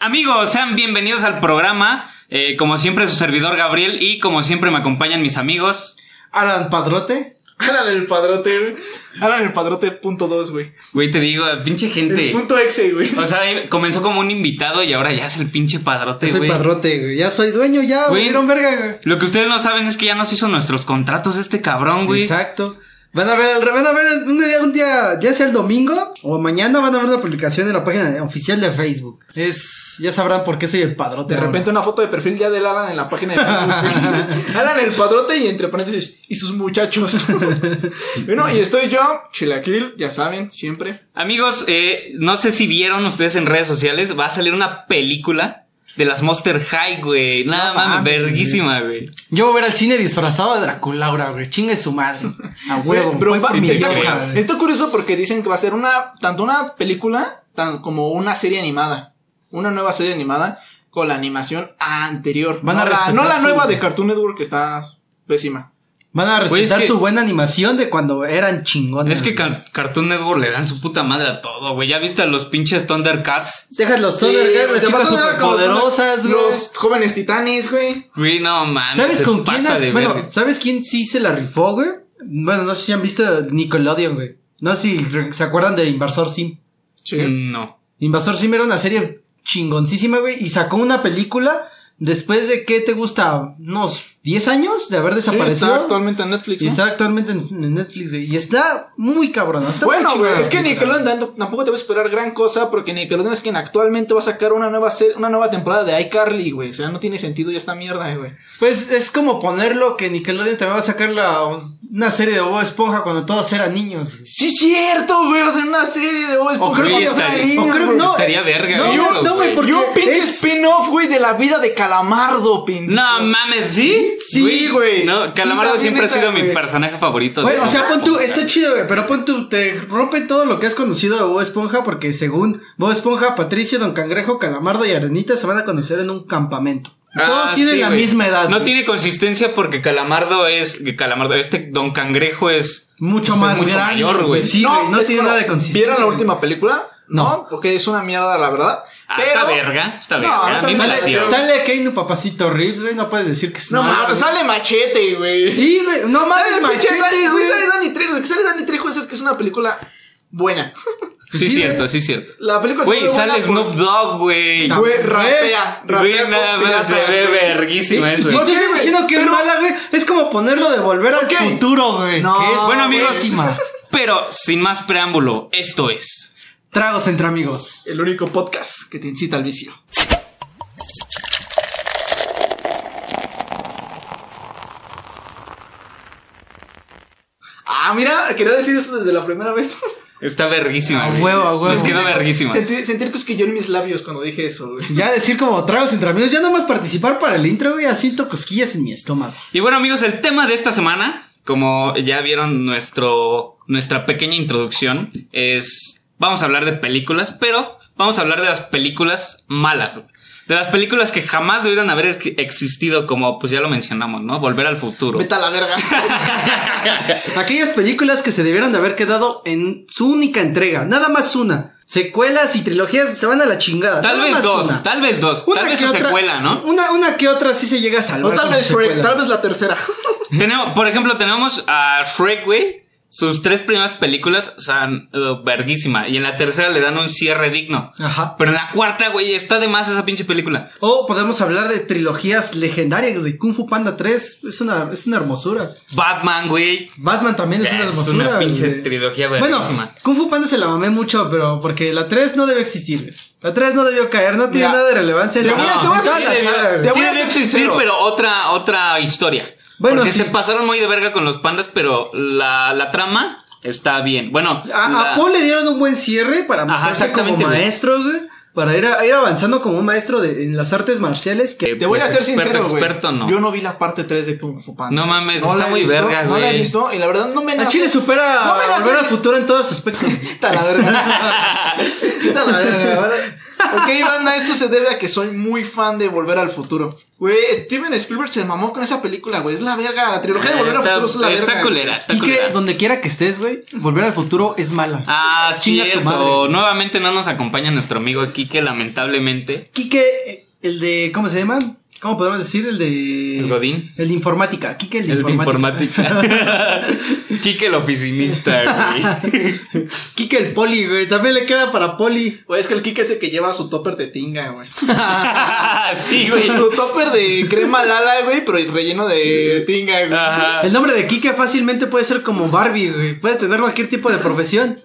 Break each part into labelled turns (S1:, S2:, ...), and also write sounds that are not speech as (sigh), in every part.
S1: Amigos, sean bienvenidos al programa. Eh, como siempre, su servidor Gabriel y como siempre me acompañan mis amigos.
S2: Alan Padrote.
S3: Alan el padrote, güey. Alan el padrote punto dos, güey.
S1: Güey, te digo, pinche gente.
S3: El punto exe, güey.
S1: O sea, eh, comenzó como un invitado y ahora ya es el pinche padrote,
S2: Yo soy
S1: güey.
S2: Padrote, güey. Ya soy dueño, ya,
S1: Güey.
S2: güey. Vieron verga, güey.
S1: Lo que ustedes no saben es que ya nos hizo nuestros contratos este cabrón, güey.
S2: Exacto. Van a ver, el- van a ver el- un día, un día, ya sea el domingo o mañana van a ver la publicación en la página oficial de Facebook. Es, ya sabrán por qué soy el padrote.
S3: De repente una foto de perfil ya del Alan en la página de Facebook.
S2: (laughs)
S3: güey. Alan el padrote y entre paréntesis, y sus muchachos. bueno, y estoy yo, Chilaquil, ya saben, siempre.
S1: Amigos, eh, no sé si vieron ustedes en redes sociales, va a salir una película de las Monster High, güey. Nada
S2: No
S1: más,
S2: mames,
S1: verguísima, güey.
S2: Yo voy a ir al cine disfrazado de Draculaura, güey. Chingue su madre. A huevo. pues,
S3: Pero
S2: Voy
S3: va-
S2: por mi
S3: está,
S2: diosa,
S3: está
S2: güey.
S3: curioso porque dicen que va a ser una, tanto una película, tan como una serie animada. Una nueva serie animada con la animación anterior.
S2: Van a
S3: no, la,
S2: respetar
S3: no la
S2: su-
S3: nueva de Cartoon Network que está pésima.
S2: Van a
S1: Güey, es
S2: respetar
S1: que-
S2: su buena animación de cuando eran chingones.
S1: Es que
S2: güey.
S1: Car- Cartoon Network le dan su puta madre a todo, güey. ¿Ya viste a los pinches Thundercats?
S2: Dejas los
S3: Sí,
S2: Thundercats, las
S3: se
S2: chicas
S3: pasan a-
S2: superpoderosas, güey.
S3: Los jóvenes titanes, güey.
S1: Güey, no mames.
S2: ¿Sabes
S1: se
S2: con quién?
S1: pasa
S2: has-
S1: de
S2: bueno,
S1: verga.
S2: ¿sabes quién sí se la rifó, güey? Bueno, no sé si han visto Nickelodeon, güey. No sé si re- se acuerdan de Invasor Sim.
S3: Sí.
S2: Mm.
S1: No.
S2: Invasor Sim era una serie chingoncísima, güey, y sacó una película después de que te gusta unos 10 años de haber
S3: Sí,
S2: desaparecido.
S3: está actualmente en Netflix.
S2: y
S3: ¿no?
S2: está actualmente en, en Netflix, güey, y está muy cabrón. está muy
S3: Bueno, güey,
S2: chingona
S3: es que
S2: la película.
S3: Nickelodeon tanto- tampoco te va a esperar gran cosa porque Nickelodeon es quien actualmente va a sacar una nueva se- una nueva temporada de iCarly, güey. O sea, no tiene sentido ya esta mierda, güey.
S2: Pues es como ponerlo que Nickelodeon también va a sacar la, una serie de Bob Esponja cuando todos eran niños. güey.
S3: Sí, cierto, güey. O sea, una serie de Bob Esponja.
S1: creo
S3: Creo
S1: que
S3: que va a ser
S1: estaría-
S3: niño,
S2: o creo-
S3: güey.
S2: no,
S1: Estaría verga,
S2: no,
S1: eso,
S2: no, güey, porque-
S3: Y un pinche
S2: es-
S3: spin-off, güey, de la vida de Calamardo, pin.
S1: No mames, ¿sí?
S3: Sí, güey.
S1: No,
S3: Sí,
S1: Calamardo
S3: también
S1: siempre ha
S3: está,
S1: sido mi
S3: güey.
S1: personaje favorito.
S2: Güey,
S1: de
S2: o sea,
S1: esa
S2: pon tú,
S1: época.
S2: está chido, güey, pero pon tú, te rompe todo lo que has conocido de Bob Esponja, porque según Bob Esponja, Patricio, Don Cangrejo, Calamardo y Arenita se van a conocer en un campamento.
S1: Ah,
S2: Todos tienen
S1: sí,
S2: la
S1: güey.
S2: misma edad.
S1: No
S2: güey.
S1: tiene consistencia porque Calamardo es. Calamardo, este Don Cangrejo es.
S2: Mucho
S1: pues, es
S2: más
S1: mucho
S2: grande,
S1: mayor, güey.
S2: Sí, güey, no
S3: es
S2: tiene
S3: como-
S2: nada de consistencia.
S3: ¿Vieron la
S2: güey.
S3: última película?
S2: No.
S3: Porque es una mierda, la verdad.
S1: Ah,
S3: Pero-
S1: está verga, está
S3: No,
S1: verga. a
S3: no
S1: mí me
S3: te-
S1: la dio.
S3: última-
S2: Sale Keinu Papacito Rips, güey, no puedes decir que es
S3: No,
S2: malo,
S3: mames,
S2: güey.
S3: sale machete, güey.
S2: Sí, güey, no mames,
S3: Sale
S2: machete, güey.
S3: Sale Dani Trejo, de que sale Dani Trejo, esa es que es una película buena.
S1: Sí,
S2: Sí,
S1: cierto,
S2: güey.
S1: sí, cierto.
S3: La película es
S1: Güey,
S3: muy
S1: sale
S3: buena
S1: Snoop
S3: por-
S1: Dogg, güey.
S2: Dogg.
S3: Güey, rapea.
S1: Güey, nada más se ve verguísima eso.
S2: No te estoy
S3: güey?
S2: diciendo que es
S3: Pero-
S2: mala, güey. Es como ponerlo de volver al
S3: Ok.
S2: futuro, güey.
S3: No,
S2: que es
S1: Bueno, amigos.
S2: pésima.
S1: Pero sin más preámbulo, esto es.
S2: Tragos entre amigos.
S3: El único podcast que te incita al vicio. Ah, mira, quería decir eso desde la primera vez.
S1: Está verguísima.
S2: A
S1: güey.
S2: huevo, a huevo.
S1: Les quedó verguísima.
S3: Sentir, sentir cosquillón en mis labios cuando dije eso, güey.
S2: Ya decir como tragos entre amigos, ya nomás participar para el intro, güey, así siento cosquillas en mi estómago.
S1: Y bueno, amigos, el tema de esta semana, como ya vieron nuestro, nuestra pequeña introducción, es. Vamos a hablar de películas, pero vamos a hablar de las películas malas. güey. De las películas que jamás debieran haber ex- existido, como pues ya lo mencionamos, ¿no? Volver al futuro.
S3: Vete a
S1: (laughs)
S3: la verga.
S2: Aquellas películas que se debieron de haber quedado en su única entrega, nada más una. Secuelas y trilogías se van a la chingada.
S1: Tal
S2: nada
S1: vez
S2: más
S1: dos,
S2: una.
S1: tal vez dos,
S2: Una
S1: tal vez
S2: que
S1: su
S2: otra-
S1: secuela, ¿no?
S2: (laughs) Una, una que otra sí se llega a
S3: O
S2: salvar.
S3: tal
S2: con
S3: vez,
S2: su
S3: Shrek,
S2: secuela.
S3: tal vez la tercera.
S1: Tenemos, por ejemplo, tenemos a Shrek, güey. Sus tres primeras películas son eh, verguísima. Y en la tercera le dan un cierre digno.
S2: Ajá.
S1: Pero en la cuarta, güey, está de más esa pinche película.
S2: O podemos hablar de trilogías legendarias de Kung Fu Panda 3. Es una, es una hermosura.
S1: Batman, güey.
S2: Batman también es, una
S1: Es
S2: hermosura.
S1: una pinche
S2: güey.
S1: trilogía
S2: Bueno,
S1: verguísima.
S2: Kung Fu Panda se la mamé mucho, pero porque la 3 no debió existir. güey. La 3 no debió caer, no tiene
S3: Mira,
S2: nada de relevancia.
S3: te
S2: no,
S3: voy a-
S2: no,
S3: te voy a-
S2: toda
S3: sí
S2: la
S3: debió-
S2: saga, güey.
S3: te
S1: sí
S3: voy a
S1: debe
S3: ser
S1: existir,
S3: sincero.
S1: pero otra, otra historia.
S2: Bueno,
S1: Porque
S2: sí.
S1: se pasaron muy de verga con los pandas, pero la, la trama está bien. Bueno,
S2: A,
S1: la-
S2: a Paul le dieron un buen cierre para
S1: Ajá,
S2: mostrarse como
S1: exactamente, güey.
S2: maestros, güey. Para ir, a- ir avanzando como un maestro de, en las artes marciales. Que,
S1: Eh,
S3: Te voy
S1: Pues,
S3: a ser
S1: experto,
S3: sincero, güey.
S1: experto, no.
S3: Yo no vi la parte 3 de Kung Fu Panda.
S1: No mames,
S3: la
S1: está
S3: he
S1: muy
S3: visto,
S1: verga,
S3: No la he
S1: güey.
S3: visto y la verdad no me
S2: a
S3: nace-
S2: Chile supera
S3: No me
S2: volver
S3: nace-
S2: al futuro en todos aspectos.
S3: Quita la verga. Quita la verga. ahora. Ok, banda, eso se debe a que soy muy fan de Volver al Futuro. Güey, Steven Spielberg se mamó con esa película, güey. Es la verga. La trilogía de Volver al
S1: Ah, Está-
S3: Futuro es la verga.
S1: Está
S3: güey.
S1: culera, (laughs) está
S2: Y que
S1: culera.
S2: donde quiera que estés, güey, volver al futuro es mala.
S1: Ah,
S2: Chinga tu
S1: cierto.
S2: madre.
S1: Nuevamente no nos acompaña nuestro amigo aquí que lamentablemente.
S2: Quique, eh, el de, ¿cómo se llama? ¿Cómo podemos decir? El de...
S1: El Godín.
S2: El de informática. Quique, el de
S1: El de
S2: informática.
S3: (laughs)
S1: informática. Quique el oficinista, güey. (laughs)
S2: (laughs) Quique el poli, güey. También le queda para poli.
S3: Güey, es que el Kike es el que lleva su topper de tinga,
S1: (laughs)
S3: güey.
S1: sí, güey.
S3: Su topper de crema lala, güey, pero relleno de tinga, güey.
S1: Ajá.
S2: El nombre de Quique fácilmente puede ser como Barbie, güey. Puede tener cualquier tipo de profesión.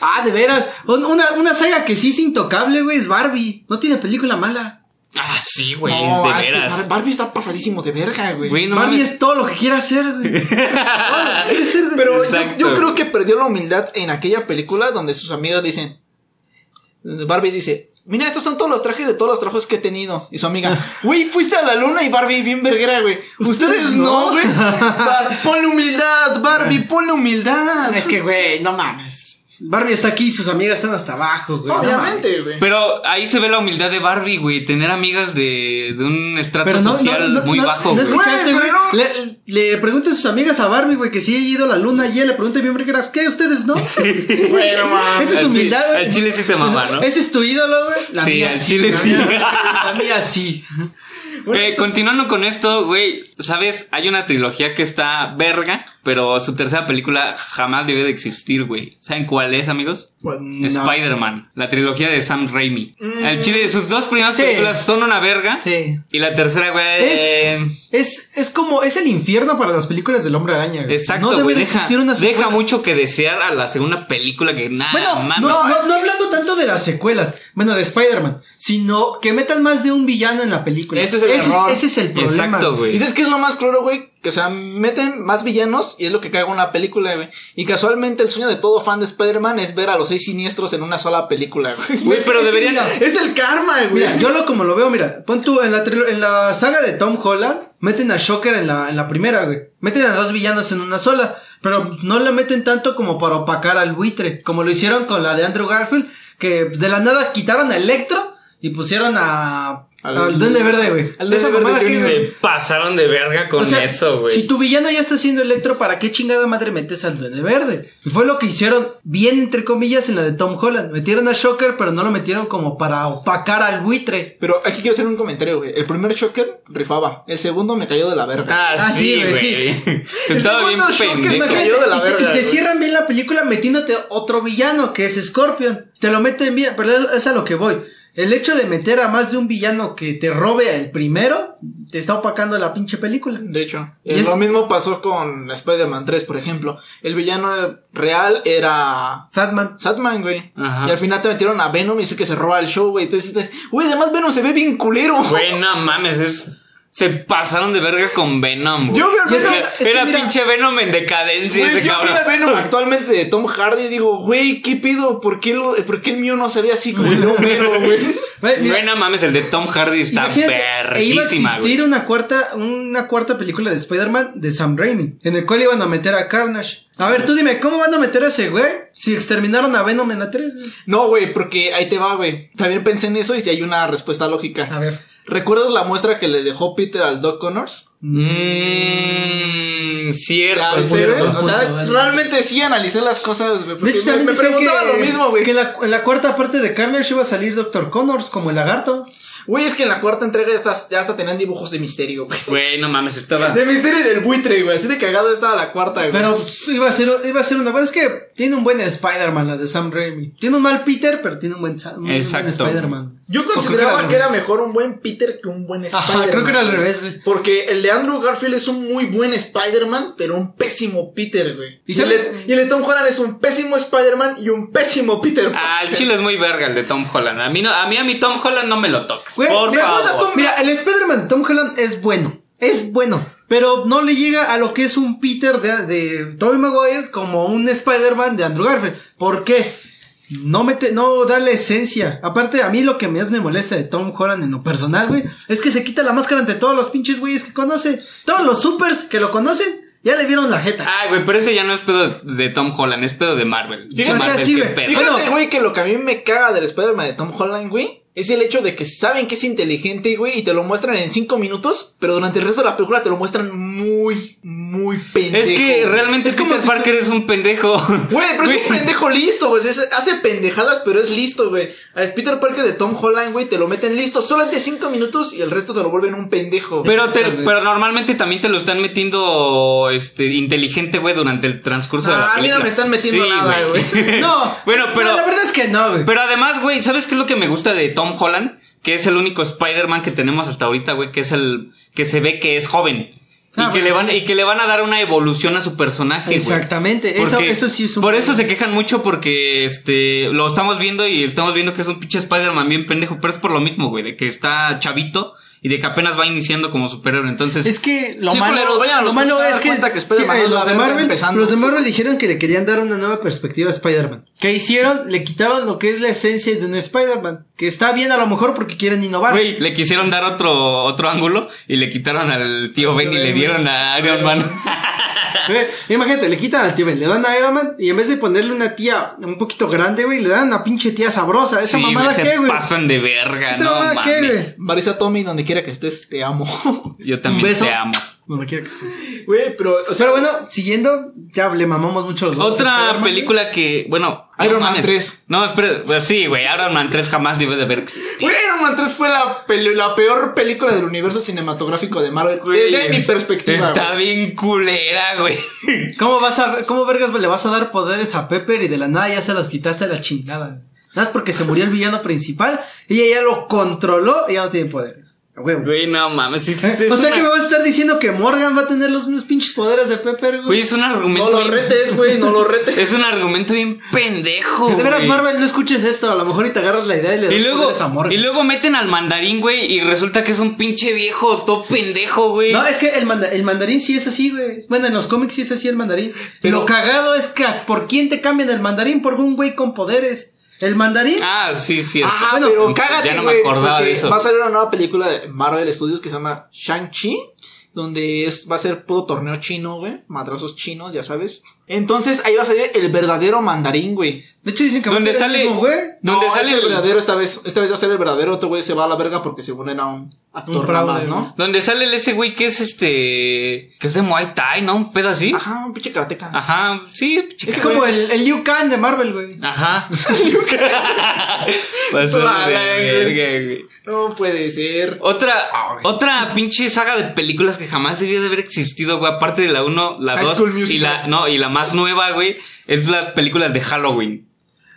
S2: Ah, de veras. Un- Una, una saga que sí es intocable, güey, es Barbie. No tiene película mala.
S1: Ah, sí, güey,
S3: No,
S1: de
S3: es que
S1: veras.
S3: Bar- Barbie está pasadísimo de verga, güey.
S1: Güey, no
S2: Barbie
S1: mames.
S2: es todo lo que quiera hacer, güey. Todo lo que quiere ser, güey.
S3: (laughs) Pero yo,
S1: Exacto.
S3: yo creo que perdió la humildad en aquella película donde sus amigos dicen. Barbie dice, mira, estos son todos los trajes de todos los trabajos que he tenido. Y su (laughs) amiga, güey, fuiste a la luna y Barbie bien verguera, güey. Ustedes no, (laughs) güey. Ba- ponle humildad, Barbie, ponle
S2: (laughs)
S3: humildad.
S2: Es que, güey, no mames. Barbie está aquí y sus amigas están hasta abajo, güey. no mames.
S3: Obviamente, güey.
S1: Pero ahí se ve la humildad de Barbie, güey. Tener amigas de, de un estrato
S2: Pero no,
S1: social
S2: no, no,
S1: muy
S2: no,
S1: bajo,
S2: ¿No
S1: güey.
S2: escuchaste, güey?
S3: Güey,
S2: Le, le pregunté a sus amigas a Barbie, güey, que si he ido a la luna ayer. Le pregunté bien, vergueras, ¿qué? ¿Ustedes
S1: (laughs)
S2: no?
S3: Bueno, mames.
S2: Esa es
S1: Al chi-
S2: humildad, güey.
S1: Al chile sí se mama, ¿no?
S2: ¿Ese es tu ídolo, güey? La
S1: Sí,
S2: mía
S1: al chile
S2: la
S1: sí.
S2: mía La mía sí.
S1: Eh, continuando con esto, güey, ¿sabes? Hay una trilogía que está verga, pero su tercera película jamás debió de existir, güey. ¿Saben cuál es, amigos? Spider-Man, la trilogía de Sam Raimi.
S3: Mm.
S1: Al chile, sus dos primeras
S2: Sí.
S1: películas son una verga.
S2: Sí.
S1: Y la tercera, güey,
S2: Es,
S1: eh,
S2: es, es como, es el infierno para las películas del hombre araña. güey.
S1: Exacto,
S2: no debe
S1: güey.
S2: de
S1: Deja,
S2: existir una
S1: deja Ah,
S2: secuela.
S1: mucho que desear a la segunda película que nada
S2: Bueno,
S1: mames.
S2: no, no- no hablando tanto de las secuelas, bueno, de Spider-Man, sino que metan más de un villano en la película.
S3: Ese es el error.
S2: ese es el problema.
S1: Exacto, güey.
S3: Dices que es lo más crudo, güey. Que, o sea, meten más villanos y es lo que caga una película, güey. Y casualmente el sueño de todo fan de Spider-Man es ver a los seis siniestros en una sola película, güey.
S1: Güey, pero
S2: es que
S1: deberían.
S2: mira,
S3: Es el karma, güey.
S2: Mira, yo lo como lo veo, mira, pon tú en la, trilo- en la saga de Tom Holland, meten a Shocker en la, en la primera, güey. Meten a dos villanos en una sola, pero no le meten tanto como para opacar al buitre, como lo hicieron con la de Andrew Garfield, que pues, de la nada quitaron a Electro y pusieron a...
S3: Al-
S2: Al, Duende Verde, güey.
S3: al Duende
S2: Esa
S3: Verde
S2: mamada
S3: de
S2: que-
S3: Universal.
S1: Se pasaron de verga con
S2: o sea,
S1: eso, güey.
S2: Si tu villano ya está siendo Electro, ¿para qué chingada madre metes al Duende Verde? Y fue lo que hicieron bien, entre comillas, en la de Tom Holland. Metieron a Shocker, pero no lo metieron como para opacar al buitre.
S3: Pero aquí quiero hacer un comentario, güey. El primer Shocker rifaba. El segundo me cayó de la verga.
S1: Ah,
S2: Ah,
S1: sí,
S2: sí,
S1: güey.
S2: güey, sí.
S1: (laughs) Estaba bien
S3: segundo shock es
S1: pendejo.
S3: mejor. cayó de la
S2: y te-
S3: verga,
S2: y te
S3: güey.
S2: cierran bien la película metiéndote otro villano que es Scorpion. Te lo meten bien, pero es- es a lo que voy. El hecho de meter a más de un villano que te robe el primero, te está opacando la pinche película.
S3: De hecho,
S2: Y
S3: eh,
S2: es-
S3: lo mismo pasó con Spider-Man 3, por ejemplo. El villano real era
S2: Sadman.
S3: Satman, güey.
S1: Ajá.
S3: Y al final te metieron a Venom y dice que se roba el show, güey. Entonces, dices, güey, además Venom se ve bien culero.
S1: Güey, no mames, es. Se pasaron de verga con Venom, güey.
S3: Yo veo al
S1: Y es
S3: Venom-
S1: que
S3: es que
S1: Era
S3: mira-
S1: pinche Venom en decadencia
S3: Güey,
S1: ese
S3: yo
S1: cabrón.
S3: vi a Venom actualmente de Tom Hardy y digo, güey, ¿qué pido? ¿Por qué, lo- por qué el mío no se ve así como
S1: (laughs)
S3: el Homero, güey?
S2: Güey, mira,
S1: Güey, no mames, el de Tom Hardy está
S2: imagínate, e iba a
S1: verguísima, güey.
S2: existir una cuarta, una cuarta película de Spider-Man de Sam Raimi, en el cual iban a meter a Carnage. A ver, tú dime, ¿cómo van a meter a ese güey si exterminaron a Venom en la 3?
S3: No, güey, porque ahí te va, güey. También pensé en eso y si hay una respuesta
S2: A
S3: lógica.
S2: ver.
S3: ¿Recuerdas la muestra que le dejó Peter al Doc Connors?
S1: Mm, Mmm.
S3: Ya,
S1: Cierto,
S3: Ah, en
S2: muy
S3: serio,
S2: buen
S3: O sea,
S2: punto, vale.
S3: realmente sí analicé las cosas, güey.
S2: De
S3: porque
S2: hecho,
S3: Me,
S2: también
S3: me
S2: decía
S3: preguntaba
S2: que,
S3: lo mismo,
S2: que en
S3: güey.
S2: la, en la cuarta parte de Carnage iba a salir Doctor Connors como el lagarto.
S3: Güey, es que en la cuarta entrega ya, estás- ya hasta tenían dibujos de misterio, güey.
S1: Güey, no mames, estaba.
S3: De misterio y del buitre, güey. Así de cagado estaba la cuarta, güey.
S2: Pero pues, iba a ser, iba a ser una buena. Es que tiene un buen Spider-Man, la de Sam Raimi. Tiene un mal Peter, pero tiene un buen, Sa- un buen
S1: Exacto.
S2: Spider-Man.
S3: Yo
S2: creo
S3: consideraba
S2: que era al
S3: que era
S2: revés.
S3: mejor un buen Peter que un buen Spider-Man.
S2: Ajá, creo que era al revés, güey.
S3: Porque el de Andrew Garfield es un muy buen Spider-Man, pero un pésimo Peter, güey.
S2: ¿Y
S3: Y, el
S2: sabes?
S3: de- y el de Tom Holland es un pésimo Spider-Man y un pésimo Peter.
S1: Ah, el chile es muy verga el de Tom Holland. A mí, no, a mí a mi Tom Holland no me lo toques.
S2: Güey,
S1: por
S2: mira,
S1: favor.
S3: manda Tom-
S2: Mira, el Spider-Man de Tom Holland es bueno. Es bueno. Pero no le llega a lo que es un Peter de, de Tobey Maguire como un Spider-Man de Andrew Garfield. ¿Por qué? No, mete, no da la esencia. Aparte, a mí lo que más me molesta de Tom Holland en lo personal, güey, es que se quita la máscara ante todos los pinches güeyes que conoce. Todos los supers que lo conocen, ya le vieron la jeta.
S1: Ah, (laughs) güey, pero ese ya no es pedo de Tom Holland, es pedo de Marvel.
S3: Fíjate,
S1: Marvel,
S2: sí,
S1: qué
S2: güey.
S1: pedo.
S3: Fíjate,
S2: bueno.
S3: güey, que lo que a mí me caga del Spider-Man de Tom Holland, güey, es el hecho de que saben que es inteligente, güey, y te lo muestran en cinco minutos, pero durante el resto de la película te lo muestran muy, muy pendejo.
S1: Es que
S3: güey.
S1: realmente
S3: Es como
S1: Peter
S3: si-
S1: Parker es un pendejo.
S3: Güey, pero es un
S1: Güey.
S3: pendejo listo, güey. Es- hace pendejadas, pero es listo, güey. A Peter Parker de Tom Holland, güey, te lo meten listo solamente cinco minutos y el resto te lo vuelven un pendejo.
S1: Pero, te- pero normalmente también te lo están metiendo este, inteligente, güey, durante el transcurso de la
S3: Ah, a mí
S1: película.
S3: no me están metiendo
S1: Sí,
S3: nada,
S1: (laughs)
S3: güey.
S2: No.
S1: Bueno, pero-
S2: no, la verdad es que no, güey.
S1: Pero además, güey, ¿sabes qué es lo que me gusta de Tom Holland? Que es el único Spider-Man que tenemos hasta ahorita, güey, que es el que se ve que es joven.
S2: Ah,
S1: y, que
S2: bueno,
S1: le van,
S2: sí.
S1: y que le van a dar una evolución a su personaje, güey.
S2: Exactamente, eso-
S1: Porque-
S2: eso sí es un
S1: Por
S2: problema.
S1: eso se quejan mucho porque este lo estamos viendo y estamos viendo que es un pinche Spider-Man bien pendejo, pero es por lo mismo, güey, de que está chavito y de que apenas va iniciando como superhéroe. Entonces,
S2: Es que lo
S3: Sí,
S2: malo,
S3: culeros, vayan a
S2: lo
S3: los
S2: malo
S3: cómics a
S2: es
S3: dar
S2: que,
S3: cuenta que
S2: sí,
S3: Spider-Man
S2: eh,
S3: no
S2: los,
S3: la
S2: de
S3: ve
S2: Marvel,
S3: empezando.
S2: los de Marvel dijeron que le querían dar una nueva perspectiva a Spider-Man. ¿Qué hicieron? Le quitaron lo que es la esencia de un Spider-Man. Que está bien a lo mejor porque quieren innovar. (laughs)
S1: güey, le quisieron dar otro otro ángulo y le quitaron al tío Ben y le dieron a Iron
S2: (laughs)
S1: Man.
S2: Eh, imagínate, le quitan al tío Ben, le dan a Iron Man y en vez de ponerle una tía un poquito grande, güey, le dan una pinche tía sabrosa. ¿Esa
S1: Sí,
S2: mamada
S1: güey, se
S2: qué, güey?
S1: pasan de verga,
S2: ¿Esa
S1: no
S2: mamada qué,
S1: mames.
S3: Marisa Tommy, donde quiera que estés, te amo. (laughs)
S1: Yo también
S2: beso.
S1: te amo.
S2: Donde quiera que estés.
S3: Güey, pero, o sea,
S2: Pero bueno, siguiendo, ya le mamamos mucho los dos.
S1: Otra
S2: Spider-Man.
S1: película que, bueno,
S3: Iron
S1: no
S3: Man
S1: mames.
S3: 3.
S1: No, espera, pues sí, güey, Iron Man 3 jamás debe de haber existido.
S3: güey, Iron Man 3 fue la, peli- la peor película del universo cinematográfico de Marvel.
S1: Güey,
S3: desde mi
S1: es-
S3: perspectiva.
S1: Está bien culera, güey.
S2: ¿Cómo vas a ver- cómo vergas le vas a dar poderes a Pepper y de la nada ya se los quitaste a la chingada? Nada más porque se murió el villano principal, ella ya lo controló y ya no tiene poderes. A huevo.
S1: Güey, no mames. sí, sí,
S2: ¿Eh?
S1: es
S2: O sea
S1: una-
S2: que me vas a estar diciendo que Morgan va a tener los mismos pinches poderes de Pepper,
S1: Güey,
S2: güey.
S1: es un
S3: No
S1: argumento.
S3: lo
S1: bien-
S3: retes, güey, no lo
S1: (laughs)
S3: retes.
S1: Es un argumento bien pendejo.
S2: de veras,
S1: güey.
S2: Marvel, no escuches esto. A lo mejor y te agarras la idea y le das
S1: Y luego,
S2: poderes a Morgan.
S1: y luego meten al mandarín, güey, y resulta que es un pinche viejo, todo pendejo, güey.
S2: No, eh. es que el, manda- el mandarín sí es así, güey. Bueno, en los cómics sí es así el mandarín.
S3: Pero-
S2: Lo cagado es que ah, ¿por quién te cambian el mandarín? Por un güey con poderes. El mandarín
S1: Ah, sí, sí.
S3: Ajá,
S2: Bueno,
S3: pero cágate,
S1: ya no me
S3: güey,
S1: acordaba
S3: porque
S1: de eso.
S3: Va a salir una nueva película de Marvel Studios que se llama Shang-Chi, donde es, va a ser puro torneo chino, güey, madrazos chinos, ya sabes. Entonces ahí va a salir el verdadero mandarín, güey.
S2: De hecho dicen que va a
S1: Donde
S2: ser el
S1: sale.
S2: mismo, güey.
S1: Donde
S3: No,
S1: sale
S3: es el
S1: el.
S3: verdadero esta vez, esta vez va a ser el verdadero, otro güey se va a la verga porque según era un actor
S2: Un fraude,
S3: nomás,
S2: ¿no?
S3: ¿no?
S1: Donde sale el ese güey que es este. Que es de Muay Thai, ¿no? Un pedo así. Ajá,
S3: Ajá, un pinche karateca.
S1: Ah. sí,
S2: Es
S1: chica.
S2: como el, el Liu Kang de Marvel, güey.
S3: (laughs)
S1: Ajá. (laughs) Pasado de
S3: Vale, güey.
S1: verga, güey.
S3: No puede ser.
S1: Otra,
S3: Ah, güey.
S1: otra pinche saga de películas que jamás debió de haber existido, güey. Aparte de la 1, la
S3: High
S1: 2
S3: School
S1: y
S3: Musical.
S1: la, no, y la más nueva, güey, es las películas de Halloween.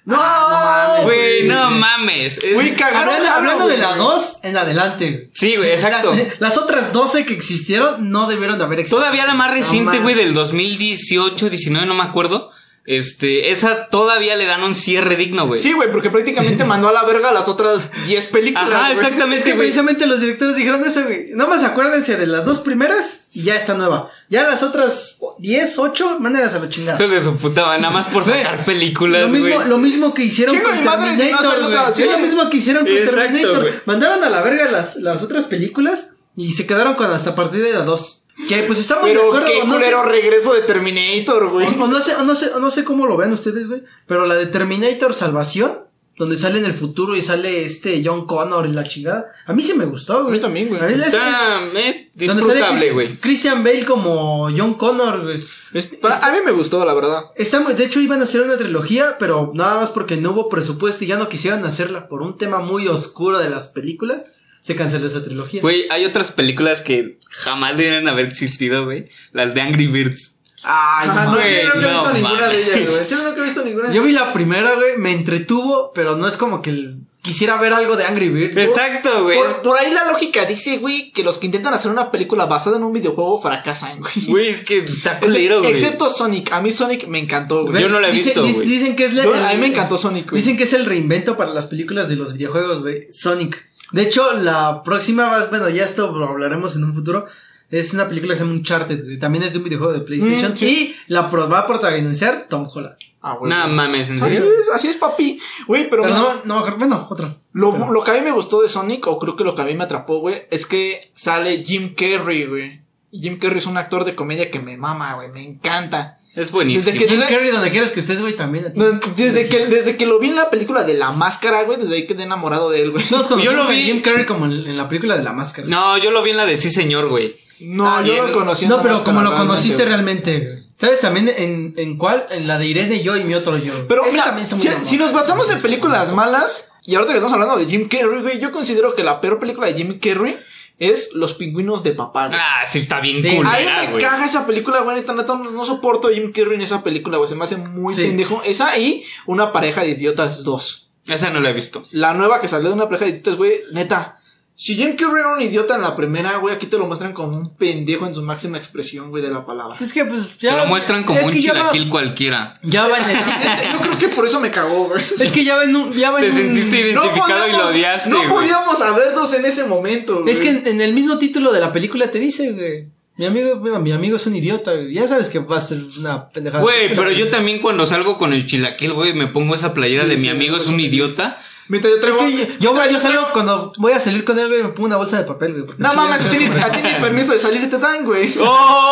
S3: No,
S2: Ah, no mames,
S1: Güey,
S2: güey.
S1: no mames. Es-
S3: Güey, cagaron
S2: Hablando,
S3: Halloween,
S2: hablando de la
S3: güey.
S2: 2, en adelante, güey.
S1: Sí, güey, exacto.
S2: Las, las otras 12 que existieron no debieron de haber existido.
S1: Todavía la más reciente,
S2: No
S1: güey,
S2: más.
S1: del 2018, 19, no me acuerdo. Este, esa todavía le dan un cierre digno, güey.
S3: Sí, güey, porque prácticamente mandó a la verga las otras 10 películas.
S1: Ajá,
S3: güey.
S1: exactamente,
S2: Es que
S1: güey.
S2: precisamente los directores dijeron eso, güey. Nomás acuérdense de las dos primeras y ya está nueva. Ya las otras 10, 8, mándenlas a la
S1: (laughs)
S2: chingada.
S1: Hijos de su puta, madre, nada más por sacar películas,
S2: Lo mismo,
S1: güey.
S2: lo mismo que hicieron
S3: Chingo
S2: con
S3: mi madre si no
S2: Terminator,
S3: hacen
S2: güey.
S3: otra, sí.
S2: Es lo mismo que hicieron con
S1: Exacto,
S2: Terminator.
S1: güey.
S2: Mandaron a la verga las, las otras películas y se quedaron con hasta a partir de la 2. Que pues estamos de
S3: Pero
S2: acuerdo
S3: qué
S2: o no sé-
S3: culero regreso de Terminator, güey.
S2: O, o no sé, o no sé, o no sé cómo lo vean ustedes, güey. Pero la de Terminator Salvación, donde sale en el futuro y sale este John Connor y la chingada. A mí sí me gustó, güey.
S3: A mí también, güey.
S2: A mí la-
S1: Está, eh,
S2: esa- donde sale
S1: disfrutable,
S2: Christian-
S1: güey.
S2: Christian Bale como John Connor, güey.
S3: Para- a mí me gustó, la verdad.
S2: Está muy- de hecho iban a hacer una trilogía, pero nada más porque no hubo presupuesto y ya no quisieron hacerla por un tema muy oscuro de las películas, se canceló esa trilogía.
S1: Güey, hay otras películas que jamás debieron haber existido, güey. Las de Angry Birds.
S2: Ay,
S3: Ajá, no,
S2: madre.
S1: güey,
S3: yo nunca he
S1: no
S3: visto ninguna de
S1: mames.
S3: ellas, güey. Yo nunca he visto ninguna.
S2: Yo vi la primera, güey, me entretuvo, pero no es como que el- quisiera ver algo de Angry Birds.
S1: Exacto, güey.
S3: por, por ahí la lógica dice, güey, que los que intentan hacer una película basada en un videojuego fracasan, güey.
S1: Güey, es que está
S3: O sea,
S1: culero, güey.
S3: Excepto Sonic. A mí Sonic me encantó, güey.
S1: Yo no la he visto,
S2: dic-
S1: güey.
S2: Dicen que es la-
S3: Yo-
S2: el-
S3: a mí me encantó Sonic, güey.
S2: Dicen que es el reinvento para las películas de los videojuegos, güey. Sonic. De hecho, la próxima, va- bueno, ya esto lo hablaremos en un futuro. Es una película que se llama Uncharted, güey. También es de un videojuego de PlayStation.
S3: Mm, sí.
S2: Y la pro- va a protagonizar Tom Holland.
S3: Ah, güey.
S1: No mames, en
S3: Así
S1: serio.
S3: es, así es, papi. Güey, pero,
S2: Pero
S3: mira,
S2: no, no, bueno, otro.
S3: lo,
S2: pero-
S3: lo que a mí me gustó de Sonic, o creo que lo que a mí me atrapó, güey, es que sale Jim Carrey, güey. Y Jim Carrey es un actor de comedia que me mama, güey, me encanta.
S1: Es buenísimo.
S3: Desde que-
S2: Jim Carrey, donde quieras que estés, güey, también. a ti.
S3: No, Desde que, desde que lo vi en la película de La Máscara, güey, desde ahí quedé enamorado de él, güey. (laughs)
S2: Todos
S1: Yo
S2: conocemos
S1: lo
S2: a
S1: vi-
S2: Jim Carrey como en, en la película de la máscara.
S1: No, yo lo vi en la de Sí, señor, güey.
S3: No,
S1: Ah,
S3: yo
S1: bien.
S3: lo conocí. en
S2: No,
S3: La
S2: pero
S3: Máscara,
S2: como lo
S3: realmente,
S2: conociste
S3: güey.
S2: realmente. güey. ¿Sabes también en, en cuál? En la de Irene, yo y mi otro yo.
S3: Pero
S2: Ese
S3: mira,
S2: también está muy
S3: si,
S2: mamón.
S3: si nos basamos en películas malas, y ahorita que estamos hablando de Jim Carrey, güey, yo considero que la peor película de Jim Carrey es Los pingüinos de papá. güey.
S1: Ah, sí, está bien
S2: Sí.
S3: A
S1: culera,
S3: mí me
S1: güey.
S3: caga esa película, güey, neta, neta, no, no soporto a Jim Carrey en esa película, güey, se me hace muy
S2: Sí.
S3: pendejo. Esa y Una pareja de idiotas 2.
S1: Esa no la he visto.
S3: La nueva que salió de Una pareja de idiotas, güey, neta. Si Jim Carrey era un idiota en la primera, güey, aquí te lo muestran como un pendejo en su máxima expresión, güey, de la palabra.
S2: (laughs) Pues Es que pues
S1: Te
S2: ya.
S1: lo muestran como
S2: es
S1: un
S2: que ya va-
S1: chilaquil cualquiera.
S2: Ya va en el-
S3: (laughs) Yo creo que por eso me cagó, güey.
S2: Es que ya va en un. Ya va
S1: Te
S2: en un-
S1: sentiste identificado y lo odiaste,
S3: No
S1: güey.
S3: podíamos habernos en ese momento, güey.
S2: Es que en, en el mismo título de la película te dice, güey. Mi amigo, bueno, mi amigo es un idiota, güey. Ya sabes que va a ser una pendejada.
S1: Güey, pero yo también cuando salgo con el chilaquil, güey, me pongo esa playera
S3: Sí,
S1: de mi
S3: sí,
S1: amigo
S3: güey.
S1: es un idiota.
S3: Mientras yo
S2: Es
S3: traigo...
S2: que yo, yo, güey, yo salgo cuando voy a salir con él, güey, me pongo una bolsa de papel, güey. porque
S3: No
S2: yo
S3: mames,
S2: ya-
S3: a ti, ni- a ti
S2: (laughs)
S3: ni permiso de salir te dan, güey.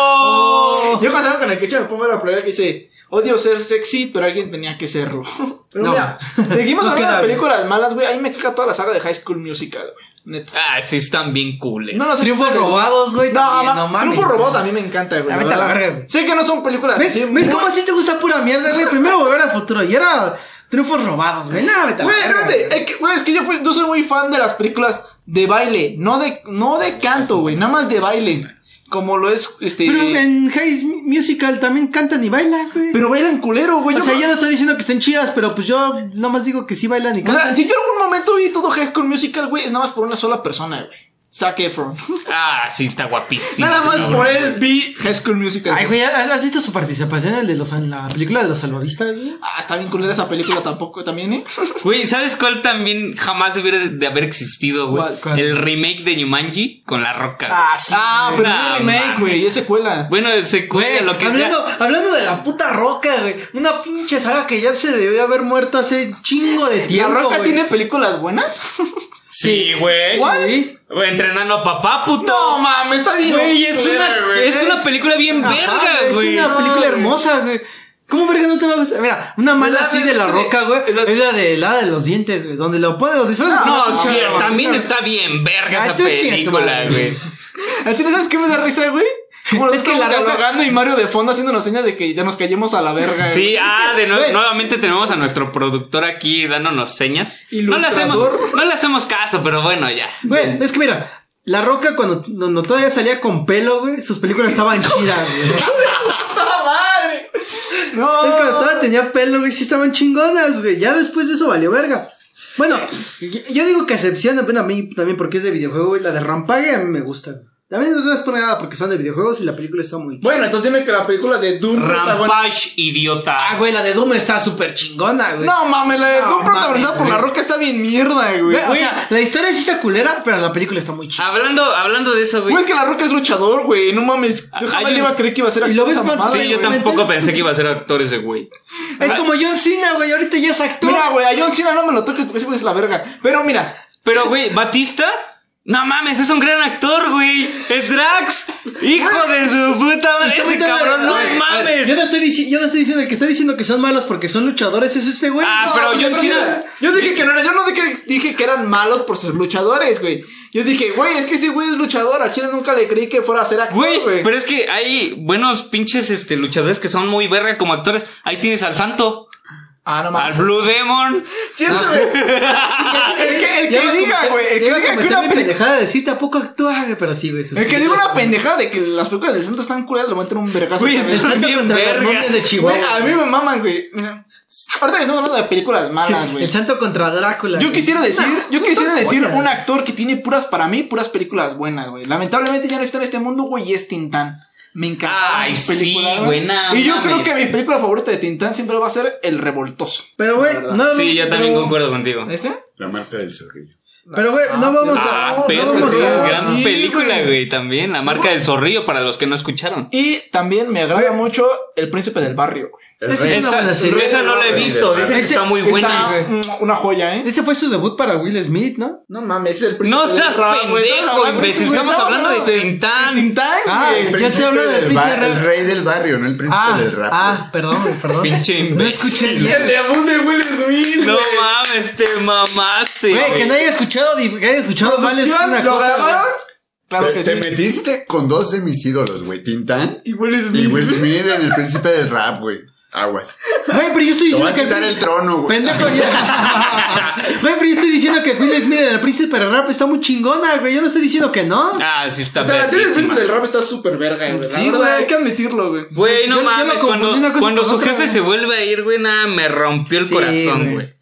S1: ¡Oh!
S3: Yo cuando salgo con el quecho me pongo la playera que dice... Odio ser sexy, pero alguien tenía que serlo. (laughs) Pero
S2: No.
S3: mira, seguimos (laughs)
S2: No
S3: hablando
S2: queda
S3: de
S2: bien.
S3: películas malas, güey. Ahí me caga toda la saga de High School Musical, güey. Neta.
S1: Ah, sí, están bien cool.
S3: No, no sé si
S2: Triunfos
S3: ustedes-
S2: robados, güey.
S3: No,
S2: también,
S3: ma-
S2: no mames.
S3: Triunfos robados a mí me encanta, güey.
S2: Ah, vete a la verga, güey.
S3: Sé que no son películas.
S2: ¿Ves,
S3: así
S2: ¿Ves
S3: muy-
S2: cómo así te gusta pura mierda, güey? Primero volver al futuro y ahora triunfos robados, güey. Nada, vete a la
S3: Güey,
S2: verga,
S3: espérate, eh, es que, güey, es que yo, fui- yo soy muy fan de las películas de baile, no de, no de canto, güey, nada más de baile. Como lo es, este.
S2: Pero en Hayes Musical también cantan y bailan, güey.
S3: pero bailan culero, güey.
S2: o
S3: yo
S2: sea,
S3: me-
S2: yo no estoy diciendo que estén chidas, pero pues yo nada más digo que sí bailan y
S3: o
S2: cantan.
S3: sea, si yo algún momento vi todo High School Musical, güey, es nada más por una sola persona, güey. Zac Efron.
S1: Ah, sí, está guapísimo.
S3: (laughs) nada más
S1: cabrón.
S3: por él vi High School Musical.
S2: Ay, güey, ¿has has visto su participación en, el de los, en la película de los salvavistas, güey?
S3: Ah, está bien culera esa película tampoco
S2: (laughs)
S3: también, ¿eh?
S1: Güey, ¿sabes cuál también jamás debiera de haber existido, güey?
S2: ¿Cuál, cuál?
S1: El remake de Yumanji con la roca. güey.
S3: ah, pero
S1: Nah,
S3: no es remake,
S1: mames.
S3: güey, es secuela.
S1: Bueno, el secuela, lo que sea.
S2: hablando, hablando de la puta roca, güey. Una pinche saga que ya se debió haber muerto hace chingo de
S3: ¿La
S2: tiempo.
S3: Roca
S2: güey.
S3: tiene películas buenas?
S2: (laughs)
S1: Sí, güey.
S2: Sí.
S1: Entrenando a papá, puto.
S3: No, mames, está bien.
S1: Güey, es
S3: culera,
S1: una,
S3: güey.
S1: es una película bien
S2: Ajá,
S1: verga, güey.
S2: Es una película
S3: güey.
S2: hermosa, güey. ¿Cómo verga no te va a gustar? Mira, una mala
S3: la
S2: así
S3: de-
S2: de la
S3: de-
S2: roca, güey.
S3: es la-
S2: Es la de la de los dientes, güey. Donde lo puede, lo disfrazas.
S1: No,
S3: Ah,
S1: sí,
S3: no,
S1: también
S3: no.
S1: está bien verga
S2: Ah,
S1: esa
S2: tú chinga tu
S1: película,
S2: madre.
S1: güey.
S3: ¿A ti no sabes qué me da risa, güey? Como es que la
S2: Roca-
S3: dialogando y Mario de fondo haciéndonos señas de que ya nos callemos a la verga.
S1: Sí, ah, de nuevo,
S2: güey.
S1: nuevamente tenemos a nuestro productor aquí dándonos señas. No le, hacemos,
S3: Ilustrador.
S1: no le hacemos caso, pero bueno, ya.
S2: Güey, es que mira. La Roca cuando, cuando todavía salía con pelo, güey, sus películas (laughs) estaban chidas, güey.
S3: ¡Puta ¡Ah, madre!
S2: Es
S3: No.
S2: cuando todavía tenía pelo, güey, sí estaban chingonas, güey. Ya después de eso valió verga. Bueno, yo yo digo que excepción, bueno, a mí también porque es de videojuego, güey. La de Rampague a mí me gusta. güey. También no es por nada porque son de videojuegos y la película está muy...
S3: Bueno, entonces dime que la película de Doom protagonizada-
S1: Rampage, idiota.
S2: Ah, güey, la de Doom está súper chingona, güey.
S3: No mames, la de
S2: No,
S3: Doom protagonizada
S2: mames,
S3: por la
S2: güey.
S3: roca está bien mierda, güey.
S2: Güey, o
S3: Güey,
S2: sea, la historia sí está culera, pero la película está muy chida.
S1: Hablando, hablando de eso, güey.
S3: güey, es que la roca es luchador, güey. No mames, yo
S1: Hay
S3: jamás
S1: un-
S3: le iba a creer que iba a ser
S2: Y lo ves
S3: esa
S2: más-
S3: mamada,
S1: Sí, yo
S3: güey.
S1: tampoco pensé que iba a ser actor ese güey.
S2: es como John Cena, güey, ahorita ya es actor.
S3: Mira, güey, a John Cena no me lo toques porque ese güey es la verga. Pero mira,
S1: Pero, güey, Batista. No mames, es un gran actor, güey. Es Drax. Hijo de su puta madre. Ese
S2: Puta madre,
S1: cabrón, no
S2: güey. Yo
S1: mames.
S2: no estoy, dici- yo no estoy diciendo el que está diciendo que son malos porque son luchadores, es este güey.
S1: Ah,
S3: No,
S1: pero
S3: o sea,
S1: John Cena-
S3: mira, Yo dije que no era, yo no dije, dije que eran malos por ser luchadores, güey. Yo dije, güey, es que ese güey es luchador, a Chile nunca le creí que fuera a ser actor,
S1: Güey,
S3: güey.
S1: pero es que hay buenos pinches este, luchadores que son muy verga como actores. Ahí tienes al Santo,
S3: Ah, no
S1: al
S3: mames.
S1: Blue Demon.
S3: Cierto,
S1: (laughs)
S3: güey. Ah, el que, el
S2: Ya
S3: que
S2: iba a
S3: diga,
S2: cometer-
S3: güey, el
S2: ya
S3: que
S2: iba a
S3: diga que
S2: cometer
S3: una
S2: mi
S3: pendejada.
S2: pendejada de decir, tampoco actúa, güey, pero sí, güey. sus
S3: El que diga
S2: películas
S3: una
S2: están-
S3: pendejada de que las películas del santo están curadas, lo van a tener un vergazo.
S1: Güey,
S3: otra vez.
S2: El santo
S1: Bien
S2: contra
S1: verga.
S2: los demonios de
S3: Güey,
S2: Chihuahua.
S3: a mí me maman, güey. Mira, Ahorita que estamos hablando de
S1: (laughs)
S3: películas malas, güey.
S2: El santo contra Drácula.
S3: Yo
S2: güey.
S3: quisiera decir, yo
S2: puta
S3: quisiera decir
S2: joya.
S3: un actor que tiene puras para mí, puras películas buenas, güey. Lamentablemente ya no está en este mundo, güey, y es Tintán. Me encanta.
S1: Ay, sí, güey, no
S3: Y yo
S1: mames.
S3: creo que mi película favorita de Tintán siempre va a ser El Revoltoso.
S2: Pero, güey,
S3: La verdad.
S2: no.
S1: Sí, yo también
S2: pero-
S1: concuerdo contigo.
S3: ¿Este?
S4: La marca del zorrillo.
S2: Pero, güey, no vamos a-
S1: Ah,
S2: no,
S1: pero
S2: vamos
S1: sí,
S2: a-
S1: gran
S3: sí,
S1: película,
S3: güey.
S1: güey, también. La marca del zorrillo, para los que no escucharon.
S3: Y también me agrada mucho El Príncipe del Barrio. güey.
S2: Ese
S4: Rey.
S2: Pues es una
S1: Esa,
S2: buena serie.
S1: esa no la he visto, dicen que
S2: Ese-
S1: está muy
S3: Está
S1: buena.
S3: mm, una joya, ¿eh?
S2: Ese fue su debut para Will Smith, ¿no?
S4: No mames, es el príncipe
S1: No
S4: del
S1: seas
S4: rap, güey.
S1: pendejo,
S4: Estamos hablando del
S1: imbécil,
S4: príncipe-
S1: estamos
S4: no,
S1: hablando
S4: no,
S1: de Tintán.
S3: Tintán,
S2: Ah,
S3: güey.
S2: el
S4: del
S2: Ya se habla del
S4: príncipe
S2: príncipe
S4: El
S2: rap.
S4: rey del barrio, no el príncipe
S2: Ah,
S4: del rap.
S2: ah, perdón,
S4: (laughs)
S2: perdón.
S1: Pinche
S2: No escuché
S1: imbécil,
S2: bien.
S4: le abunde Will Smith.
S1: No
S4: güey.
S1: mames, te mamaste.
S2: Güey, que
S1: güey.
S2: no haya escuchado, que haya escuchado mal es
S3: Producción,
S2: una
S3: ¿Lo
S2: cosa.
S3: grabaron? Claro
S4: Te,
S3: que
S4: te
S3: sí.
S4: metiste con dos de mis ídolos, güey. Tintán
S3: Y Will Smith.
S4: y Will Smith en el príncipe del rap, güey.
S2: (laughs)
S4: Aguas.
S2: Güey, pero yo estoy
S4: Te voy
S2: diciendo
S4: a
S2: que el
S4: quitar el trono, güey.
S2: Pendejo,
S1: (laughs)
S2: ya. Güey, pero yo estoy diciendo que Will Smith en el príncipe del rap está muy chingona, güey. Yo no estoy diciendo que no.
S1: Ah, sí está
S4: O sea, la serie del príncipe
S1: verguísima.
S4: del rap está súper verga, güey.
S2: Sí,
S4: Sí,
S2: güey.
S4: güey.
S3: Hay que admitirlo, güey.
S1: Güey,
S2: Yo-
S1: no
S2: yo lo
S1: mames,
S2: confundí una
S1: cuando,
S2: cosa
S1: cuando
S2: con
S1: su
S2: otra,
S1: jefe
S2: güey.
S1: se vuelve a ir, güey, nada, me rompió el
S2: Sí,
S1: corazón,
S2: güey.
S1: güey.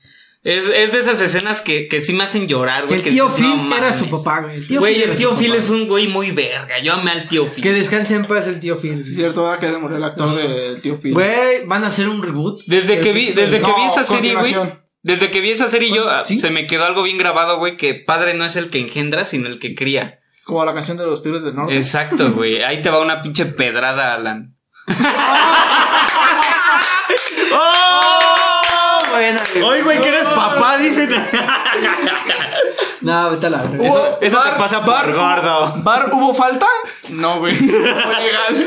S1: Es, es de esas escenas que, que sí me hacen llorar, güey.
S2: el
S1: que
S2: tío
S1: dices,
S2: Phil
S1: no
S2: era su
S1: mames.
S2: papá, güey. El tío
S1: Güey,
S2: Phil era
S1: el
S2: su
S1: tío Phil
S2: papá.
S1: es un güey muy verga. Yo amé al tío
S2: Que
S1: Phil.
S2: descanse en paz el tío Phil.
S3: Es cierto, ah, que se murió el actor del tío Phil.
S2: Güey, van a hacer un reboot.
S1: Desde que vi, desde que
S3: No,
S1: vi esa serie, güey.
S3: continuación.
S1: Desde que vi esa serie yo ah,
S2: ¿Sí?
S1: se me quedó algo bien grabado, güey, que padre no es el que engendra, sino el que cría.
S3: Como la canción de los Tigres del Norte.
S1: Exacto, güey. Ahí te va una pinche pedrada, (laughs) Alan. Oh.
S2: Bueno,
S4: Oye, güey, que eres papá, dicen.
S2: No, vete a la verga.
S3: Hubo-
S1: Eso te pasa por gordo.
S3: ¿Bar hubo falta? No, güey. Fue legal.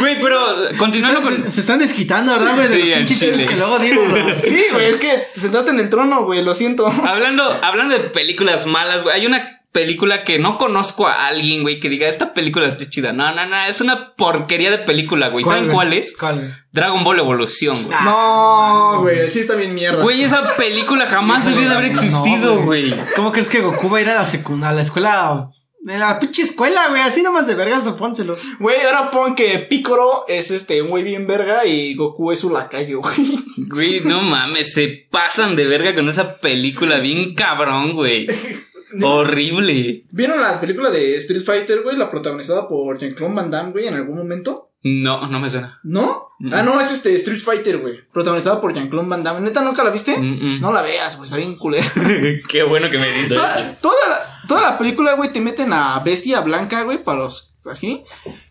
S1: Güey, pero continuando con...
S2: Se, se están desquitando, ¿verdad, güey? De
S1: Sí,
S2: los
S1: al
S2: pinches
S1: chile.
S2: chistes que luego digo,
S1: (laughs)
S2: güey.
S3: Sí, güey, es que te sentaste en el trono, güey, lo siento.
S1: Hablando, hablando de películas malas, güey, hay una película que no conozco a alguien, güey, que diga, esta película está chida. No, no, no, es una porquería de película, güey. ¿Saben
S2: güey?
S1: cuál es?
S2: ¿Cuál?
S1: Dragon Ball Evolución, güey.
S3: No,
S4: Güey, sí está bien mierda.
S1: Güey, esa película jamás debería de haber
S2: No,
S1: existido, güey.
S2: ¿Cómo crees que Goku va a ir a la secundaria, a la escuela? A la pinche escuela, güey. Así nomás de vergas, no pónselo.
S3: Güey, ahora pon que Piccolo es este, un güey bien verga y Goku es su lacayo, güey.
S1: Güey, no mames, se pasan de verga con esa película, bien cabrón, güey. Horrible.
S4: ¿Vieron la película de Street Fighter, güey? La protagonizada por Jean-Claude Van Damme, güey, en algún momento.
S1: No, no me suena.
S4: ¿No?
S1: Mm.
S4: Ah, no, es este Street Fighter, güey.
S3: Protagonizada por Jean-Claude Van Damme. ¿Neta nunca la viste?
S1: Mm, mm.
S3: No la veas, güey, está bien culera.
S1: (laughs) Qué bueno que me dices.
S3: Toda, (laughs) toda la, toda la película, güey, te meten a Bestia Blanca, güey, para los... Aquí.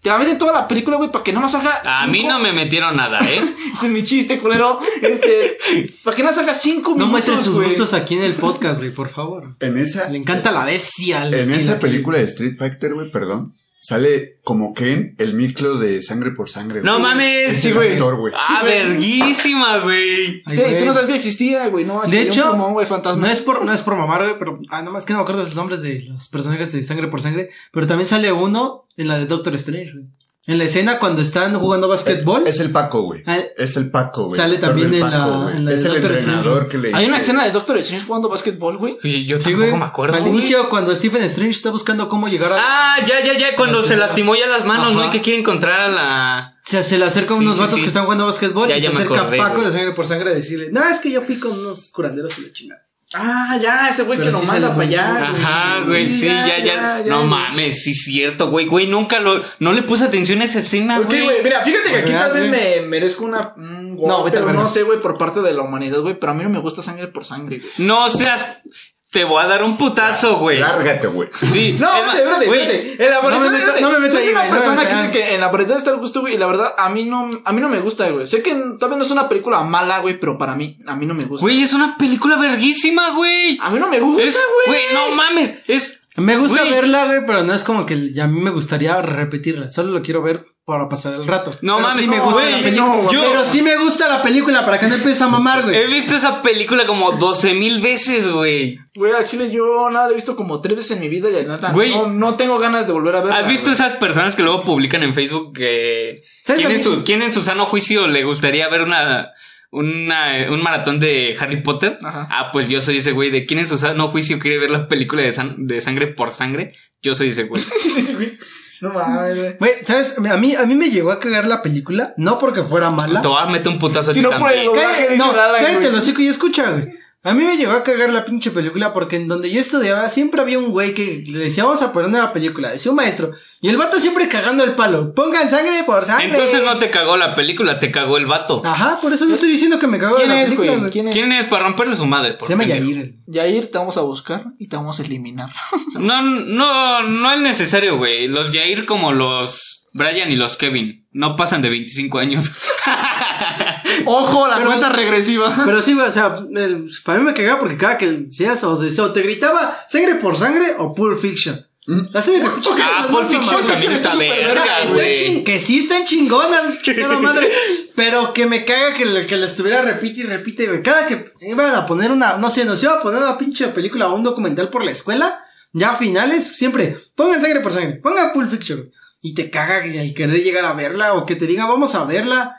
S3: Te la meten toda la película, güey, para que no más salga...
S1: A mí
S3: cinco-
S1: no me metieron nada, ¿eh?
S3: Ese (laughs) es mi chiste, culero. Este, para que no salga cinco
S2: No
S3: minutos,
S2: muestres tus
S3: güey.
S2: gustos aquí en el podcast, güey, por favor.
S4: En esa,
S2: Le encanta la bestia. al-
S4: en
S2: al-
S4: esa película de Street Fighter, güey, perdón, sale como Ken el micro de sangre por sangre.
S1: No
S4: güey.
S1: mames.
S4: Es el
S3: güey.
S4: actor, güey.
S1: Ah, verguísima, güey.
S2: Ay,
S3: Sí,
S2: güey.
S3: tú no sabes Este, que existía, güey, no.
S2: De hecho,
S3: un pulmón, güey, fantasma.
S2: No es por, no es por mamar, güey, pero ah, nomás que no me acuerdo los nombres de los personajes de sangre por sangre. Pero también sale uno en la de Doctor Strange, güey. En la escena cuando están jugando básquetbol.
S4: Es el Paco, güey.
S2: Ah,
S4: Es el Paco, güey.
S2: Sale
S4: El actor
S2: también
S4: del
S2: en la-
S4: güey.
S2: en la de
S4: Es el
S2: Doctor Strange.
S4: entrenador que le
S3: Hay una
S4: dice-
S3: escena de Doctor Strange jugando básquetbol, güey.
S1: Oye, Yo
S2: sí,
S1: tampoco
S2: güey.
S1: me acuerdo.
S2: Al
S1: güey.
S2: inicio, cuando Stephen Strange está buscando cómo llegar a.
S1: Ah, ya, ya, ya, cuando se lastimó ya las manos,
S2: Ajá.
S1: ¿no? Y que quiere encontrar a la...
S2: Se, se le acerca a
S1: Sí,
S2: unos
S1: sí,
S2: vatos
S1: sí.
S2: que están jugando básquetbol
S1: Ya,
S2: y
S1: ya
S2: se
S1: me
S2: acerca
S1: acordé,
S2: Paco
S1: güey.
S2: de sangre por sangre a decirle: No, es que yo fui con unos curanderos y la chingada.
S3: Ah, ya, ese güey que
S2: Pero
S3: lo
S2: sí
S3: manda
S2: sale
S3: para
S2: muy
S3: allá.
S1: Ajá, güey, sí, ya, ya. No mames, sí, cierto, güey. Güey, nunca lo... No le puse atención a esa
S3: Ah,
S1: escena,
S4: Ok, güey,
S1: güey.
S4: mira, fíjate que aquí
S2: Oigan,
S4: tal vez
S2: güey.
S4: me...
S3: Me merezco una. un golpe,
S2: No, vete a la
S3: o
S2: verga.
S3: Pues no sé, güey, por parte de la humanidad, güey. Pero a mí no me gusta sangre por sangre, güey.
S1: No seas... Te voy a dar un putazo, güey.
S4: Lárgate, güey.
S1: Sí.
S3: No,
S1: es más,
S3: espérate, espérate,
S1: güey,
S3: espérate. En
S2: No
S3: la
S2: me
S3: variedad-
S2: meto- no me meto
S3: soy
S2: ahí,
S3: una
S2: güey, no me
S3: persona
S2: meto
S3: que
S2: ahí.
S3: dice que en la variedad está el gusto, güey. Y la verdad, a mí no, a mí no me gusta, güey. Sé que tal vez no es una película mala, güey, pero para mí, a mí no me gusta.
S1: Güey, es una película verguísima, güey.
S3: A mí no me gusta,
S1: Es,
S3: Ah, güey.
S1: güey, no mames. Es...
S2: Me gusta
S1: Güey.
S2: verla, güey, pero no es como que ya a mí me gustaría repetirla. Solo lo quiero ver para pasar el rato.
S1: No
S2: Pero
S1: mames,
S2: sí me gusta
S1: güey,
S2: la película.
S1: no, yo- Eh,
S2: Pero sí me gusta la película para que no empieces a mamar,
S1: He
S2: güey.
S1: visto esa película como 12 mil veces, güey.
S3: Güey, al chile yo nada, la he visto como tres veces en mi vida y la neta,
S1: Güey.
S3: no, no tengo ganas de volver a verla.
S1: ¿Has visto
S3: Ah, (laughs) güey.
S1: esas personas que luego publican en Facebook que
S2: ¿Sabes
S1: quién
S2: a
S1: en,
S2: mí?
S1: su, quién en su sano juicio le gustaría ver una, una un maratón de Harry Potter?
S3: Ajá.
S1: Ah, pues yo soy ese güey de quién en su sano juicio quiere ver la película de, san- de sangre por sangre. Yo soy ese güey.
S3: güey. No mames, güey.
S2: Güey, ¿sabes? A mí, a mí me llegó a cagar la película, no porque fuera mala.
S1: Te voy a meter un putazo a
S3: Si
S1: ti
S3: no por
S1: también.
S3: el doblaje,
S2: Cállate,
S3: dice
S2: no,
S3: Alan,
S2: cállate
S3: güey.
S2: el hocico y escucha, güey. A mí me llegó a cagar la pinche película porque en donde yo estudiaba siempre había un güey que le decía, vamos a poner una película, decía un maestro, y el vato siempre cagando el palo, pongan sangre por sangre.
S1: Entonces no te cagó la película, te cagó el vato.
S2: Ajá, por eso yo estoy diciendo que me cago
S3: ¿Quién
S2: en la
S3: es,
S2: película,
S3: güey?
S2: güey.
S3: ¿Quién es?
S1: ¿Quién es para romperle su madre? por
S2: Se llama
S1: pendejo?
S2: Yair.
S3: Yair, te vamos a buscar y te vamos a eliminar.
S1: No, no, no es necesario, güey. Los Yair como los Brian y los Kevin no pasan de 25 años.
S3: Ojo, la
S2: Pero-
S3: cuenta regresiva.
S2: Pero sí, güey, o sea, el- para mí me cagaba porque cada que decías o, de- o te gritaba sangre por sangre o Pulp Fiction.
S1: (laughs)
S2: Las series de pinches
S1: ah,
S2: películas
S1: Pulp
S2: más
S1: Fiction
S2: mamadas.
S1: también está
S3: Pulp Fiction es
S1: verga,
S2: Están chin-
S1: güey.
S2: que sí están chingonas, cada madre. Pero que me caga que, le- que la estuviera repite y repite, güey. Cada que iban a poner una, no sé, nos iba a poner una pinche película o un documental por la escuela, ya a finales, siempre, pongan sangre por sangre, pongan Pulp Fiction. güey. Y te caga que el querer llegar a verla o que te diga, vamos a verla.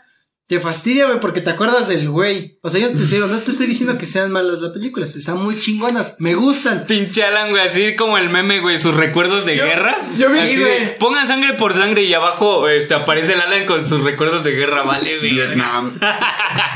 S2: Te fastidia, güey, porque te acuerdas del güey. O sea, yo te digo, no te estoy diciendo que sean malas las películas, están muy chingonas,
S1: (laughs)
S2: me gustan.
S1: Pinche Alan, güey, así como el meme, güey, sus recuerdos de guerra.
S3: yo vi-
S1: Así
S3: sí,
S1: de,
S3: güey.
S1: pongan sangre por sangre y abajo este, aparece el Alan con sus recuerdos de guerra, vale, güey.
S4: Vietnam. (laughs)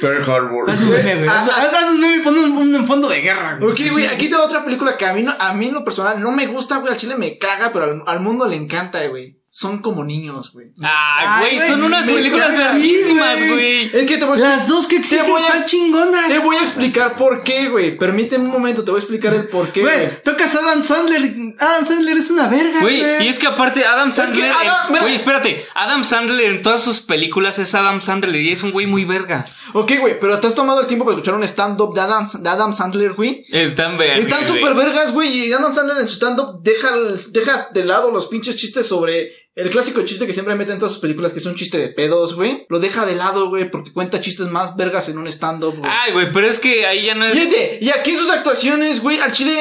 S4: Pearl Harbor.
S2: Haz un meme, güey.
S3: Ah,
S2: Haz-
S3: ah.
S2: haz un meme y pon un, un fondo de guerra, güey.
S3: Ok, güey, aquí tengo otra película que a mí, no- a mí en lo personal no me gusta, güey. Al chile me caga, pero al, al mundo le encanta, güey. Son como niños, güey.
S1: Ah, güey, son unas
S3: me
S1: películas
S3: cagas,
S1: verguísimas, güey.
S3: Es que te voy, a,
S2: Las dos que existen
S3: Te voy a-
S2: son chingonas.
S3: te voy a explicar por qué, güey. Permíteme un momento, te voy a explicar el por qué, güey.
S2: Güey, tocas a Adam Sandler. y Adam Sandler es una verga, güey.
S1: Güey, y es que aparte Adam Sandler,
S3: que Adam-
S1: en-
S3: mira.
S1: güey, espérate, Adam Sandler en todas sus películas es Adam Sandler y es un güey muy verga.
S3: Ok, güey, pero te has tomado el tiempo para escuchar un stand-up de Adam, de Adam Sandler, güey.
S1: Están verga.
S3: Están
S1: güey.
S3: súper vergas, güey. Y Adam Sandler en su stand-up deja, el- deja de lado los pinches chistes sobre el clásico chiste que siempre meten en todas sus películas, que es un chiste de pedos, güey. Lo deja de lado, güey, porque cuenta chistes más vergas en un stand-up,
S2: Ah,
S3: güey.
S1: Ay, güey, pero es que ahí ya no es.
S3: Fíjate, y aquí en sus actuaciones, güey, al chile,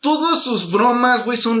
S3: todas sus bromas, güey, son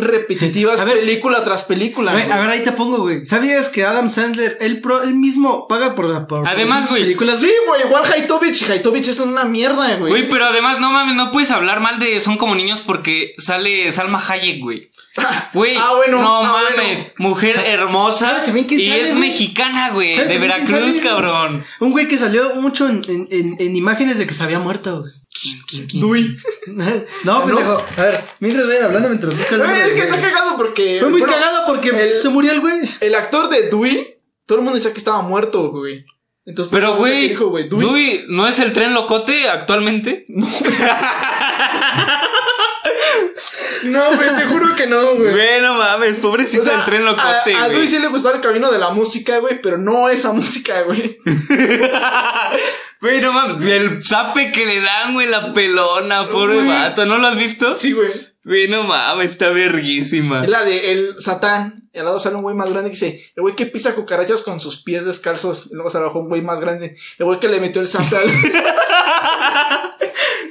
S2: (laughs)
S3: repetitivas,
S2: A ver.
S3: película tras película.
S2: Güey,
S3: güey.
S2: a ver, ahí te pongo, güey. ¿Sabías que Adam Sandler, él, pro- él mismo paga por la por
S1: Además,
S2: sus
S1: güey,
S2: películas?
S3: Sí, güey, igual Haitovich. Haitovich es una mierda, güey.
S1: Güey, pero además, no mames, no puedes hablar mal de Son como niños porque sale Salma Hayek, güey.
S3: (laughs)
S1: Güey,
S3: Ah, bueno,
S1: no
S3: ah, bueno.
S1: mames, mujer hermosa
S2: ¿Sabes bien quién
S1: y
S2: sale,
S1: es
S2: güey?
S1: mexicana, güey,
S2: ¿Sabes
S1: de
S2: bien quién
S1: Veracruz,
S2: sale?
S1: cabrón.
S2: Un güey que salió mucho en, en- en- en imágenes de que se había muerto, güey. (laughs)
S1: ¿Quién, quién,
S2: pues,
S1: quién?
S3: Dui.
S2: Ah, No, pendejo. A ver, mientras vayan hablando, mientras busca el
S3: Güey,
S2: nombre
S3: (laughs) es
S2: del
S3: que está
S2: güey.
S3: cagado porque.
S2: Fue muy
S3: bueno,
S2: cagado porque
S3: el-
S2: se murió el güey.
S3: El actor de Dewey, todo el mundo decía que estaba muerto, güey. Entonces, pues,
S1: Pero,
S3: ¿qué
S1: güey,
S3: dijo, güey? Dewey.
S1: Dewey, ¿no es el tren locote actualmente?
S3: No, güey, te juro que no, güey.
S1: Güey, no mames, pobrecito
S3: O sea,
S1: el tren
S3: a,
S1: locote,
S3: a Dewey
S1: güey.
S3: sí le gustaba el camino de la música, güey, pero no esa (laughs) música, güey.
S1: Güey, no mames, el zape que le dan, güey, la pelona, pobre
S3: Güey.
S1: vato, ¿no lo has visto?
S3: Sí, güey.
S1: Güey, no mames, está verguísima.
S3: Es la de el Satán. Y al lado sale un güey más grande que dice, el güey que pisa cucarachas con sus pies descalzos. Y luego sale abajo un güey más grande. El güey que le metió el (laughs) satán.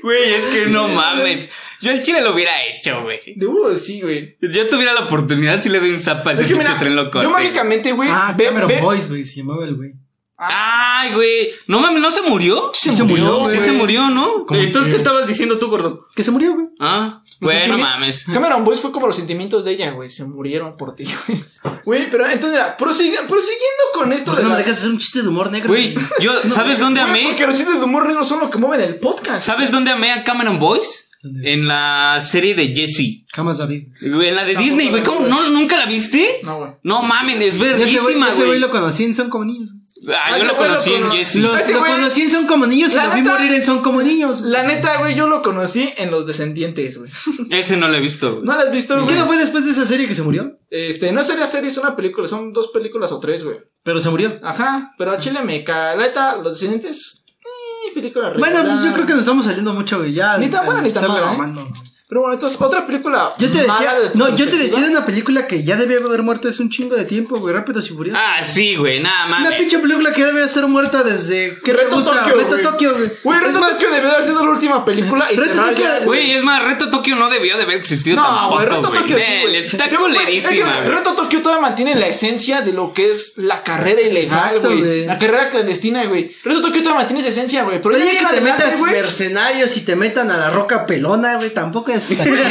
S1: Güey, es que
S3: (laughs)
S1: no mames. Yo el chile lo hubiera hecho, güey.
S3: de uh, sí, güey.
S1: Yo tuviera la oportunidad si le doy un zap a ese
S3: Es que
S1: pinche
S3: mira,
S1: tren loco.
S3: yo mágicamente, güey,
S2: Ah,
S3: ve-
S2: Cameron
S3: ve-
S2: Boys, güey, se llamaba el güey.
S1: Ay, güey. No mames, ¿no se murió?
S3: Sí se murió,
S1: Sí
S3: güey.
S1: se murió, ¿no?
S2: ¿Cómo
S1: Entonces,
S2: que?
S1: ¿qué estabas diciendo tú, gordo?
S2: Que se murió, güey.
S1: Ah, güey, no mames.
S3: (laughs) Cameron Boys fue como los sentimientos de ella, güey. Se murieron por ti, güey. Güey, pero entonces, mira, prosigue- prosiguiendo con esto
S2: ¿Por
S3: de
S2: qué Pues no me
S3: las-
S2: dejas hacer un chiste de humor negro?
S1: Güey,
S3: (laughs)
S1: yo, ¿sabes dónde
S3: Güey,
S1: amé?
S3: Porque los chistes de humor negro son los que mueven el podcast.
S1: ¿Sabes dónde amé a Cameron Boyce?
S2: ¿Dónde?
S1: En la serie de Jesse.
S2: Jamás la vi.
S1: Güey, en la de
S3: Tampoco
S1: Disney, güey.
S3: la vi,
S1: ¿Cómo? ¿No, ¿Nunca la viste?
S3: No, güey.
S1: No mames, es
S2: Ese güey,
S1: verguísima,
S2: ese güey
S1: güey.
S2: lo conocí en Son como niños.
S1: Ah, yo
S3: Ese
S1: lo
S3: güey lo
S1: conocí en
S3: cono-
S1: Jesse.
S2: Lo,
S3: Ese
S2: lo
S3: güey-
S2: conocí en Son como niños y
S3: La
S2: lo vi
S3: neta-
S2: morir en Son como niños.
S3: La neta, güey, yo lo conocí en Los Descendientes, güey. (laughs)
S1: Ese no lo he visto, güey.
S3: ¿No la has visto,
S2: ¿Qué
S3: güey?
S2: no fue después de esa serie que se murió?
S3: Este, no es serie, serie, es una película. Son dos películas o tres, güey.
S2: Pero se murió.
S3: Ajá, pero al chile me cae. La neta, Los Descendientes, eh, película
S2: Bueno,
S3: regular.
S2: pues yo creo que nos estamos saliendo mucho, güey. Ya,
S3: Ni tan buena ni tan
S2: estarle
S3: mala, ¿eh?
S2: mamando.
S3: Pero bueno, esto es otra película.
S2: Yo te decía,
S3: mala de tu
S2: no, yo te
S3: perspectiva.
S2: decía de una película que ya debía haber muerto hace un chingo de tiempo, güey, rápido si furioso.
S1: Ah, sí, güey, nada
S2: una
S1: mames.
S2: pinche película que ya debía estar muerta desde ¿qué te
S3: Reto
S2: gusta?
S3: Tokio,
S2: Reto
S3: güey.
S2: Tokio, güey.
S3: Güey,
S2: Es
S3: Reto
S2: más,
S3: Tokio debió de haber sido la última película y
S2: Reto
S3: cerrar
S2: Tokio,
S3: ya, güey.
S1: Güey, es más, Reto Tokio no debió de haber existido
S3: No, güey, Reto
S1: tampoco, güey.
S3: Tokio sí,
S1: Nel,
S3: güey.
S1: Está
S3: Digo, güey, es que
S1: culerísima, güey.
S3: Reto Tokio todavía mantiene la esencia de lo que es la carrera ilegal,
S2: Exacto,
S3: güey.
S2: güey.
S3: La carrera clandestina, güey. Reto Tokio todavía mantiene esa esencia, güey. Pero
S2: Pero
S3: ya
S2: ya
S3: llega
S2: que te
S3: adelante,
S2: metas
S3: güey.
S2: mercenarios y te metan a la roca pelona, güey, tampoco
S3: (laughs)
S2: es...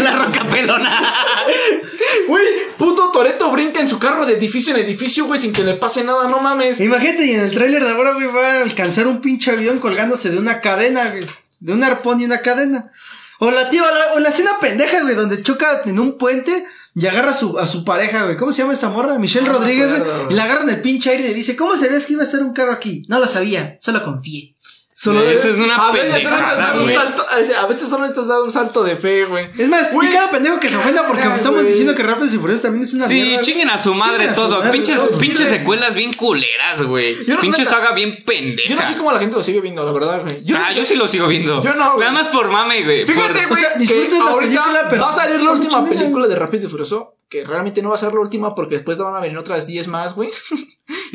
S1: La roca pelona.
S3: Güey, puto Toreto brinca en su carro de edificio en edificio, güey, sin que le pase nada, no mames.
S2: Imagínate, y en el tráiler de ahora, güey, va a alcanzar un pinche avión colgándose de una cadena, güey. de un arpón y una cadena. O la tía, o la, o la escena pendeja, güey, donde choca en un puente y agarra a su, a su pareja, güey. ¿Cómo se llama esta morra? Michelle
S3: No me
S2: Rodríguez,
S3: acuerdo,
S2: güey.
S3: güey.
S2: Y la agarra en el pinche aire y le dice, ¿cómo sabías que iba a ser un carro aquí? No lo sabía, solo confié.
S3: Solo
S1: Esa es una
S3: Eh, a veces solo necesitas
S1: pendejada,
S3: dar un
S1: güey.
S3: salto- a veces- a veces solo necesitas dar un salto de fe, güey.
S2: Es más,
S3: Güey.
S2: y cada pendejo que se ofenda porque
S3: Ay,
S2: estamos
S3: güey.
S2: diciendo que Rápidos y Furiosos también es una
S1: Sí,
S2: mierda.
S1: chinguen a su madre
S2: Chinguen a su
S1: todo.
S2: madre,
S1: pinches
S2: todo,
S1: pinches
S2: chinguen.
S1: secuelas bien culeras, güey.
S3: Yo no-
S1: Pinche
S3: neta,
S1: saga bien pendeja.
S3: Yo no sé cómo la gente lo sigue viendo, la verdad, güey. Yo no
S1: ah,
S3: sé-
S1: yo sí lo sigo viendo.
S3: Yo no, güey.
S1: Nada más por mame, güey. por-
S3: Fíjate,
S2: O
S3: güey,
S2: sea, disfrutas
S3: que
S2: la
S3: ahorita
S2: película, pero-
S3: va a salir la
S2: Pero
S3: última
S2: chingada.
S3: película de Rápido y Furioso, que realmente no va a ser la última porque después van a venir otras 10 más, güey.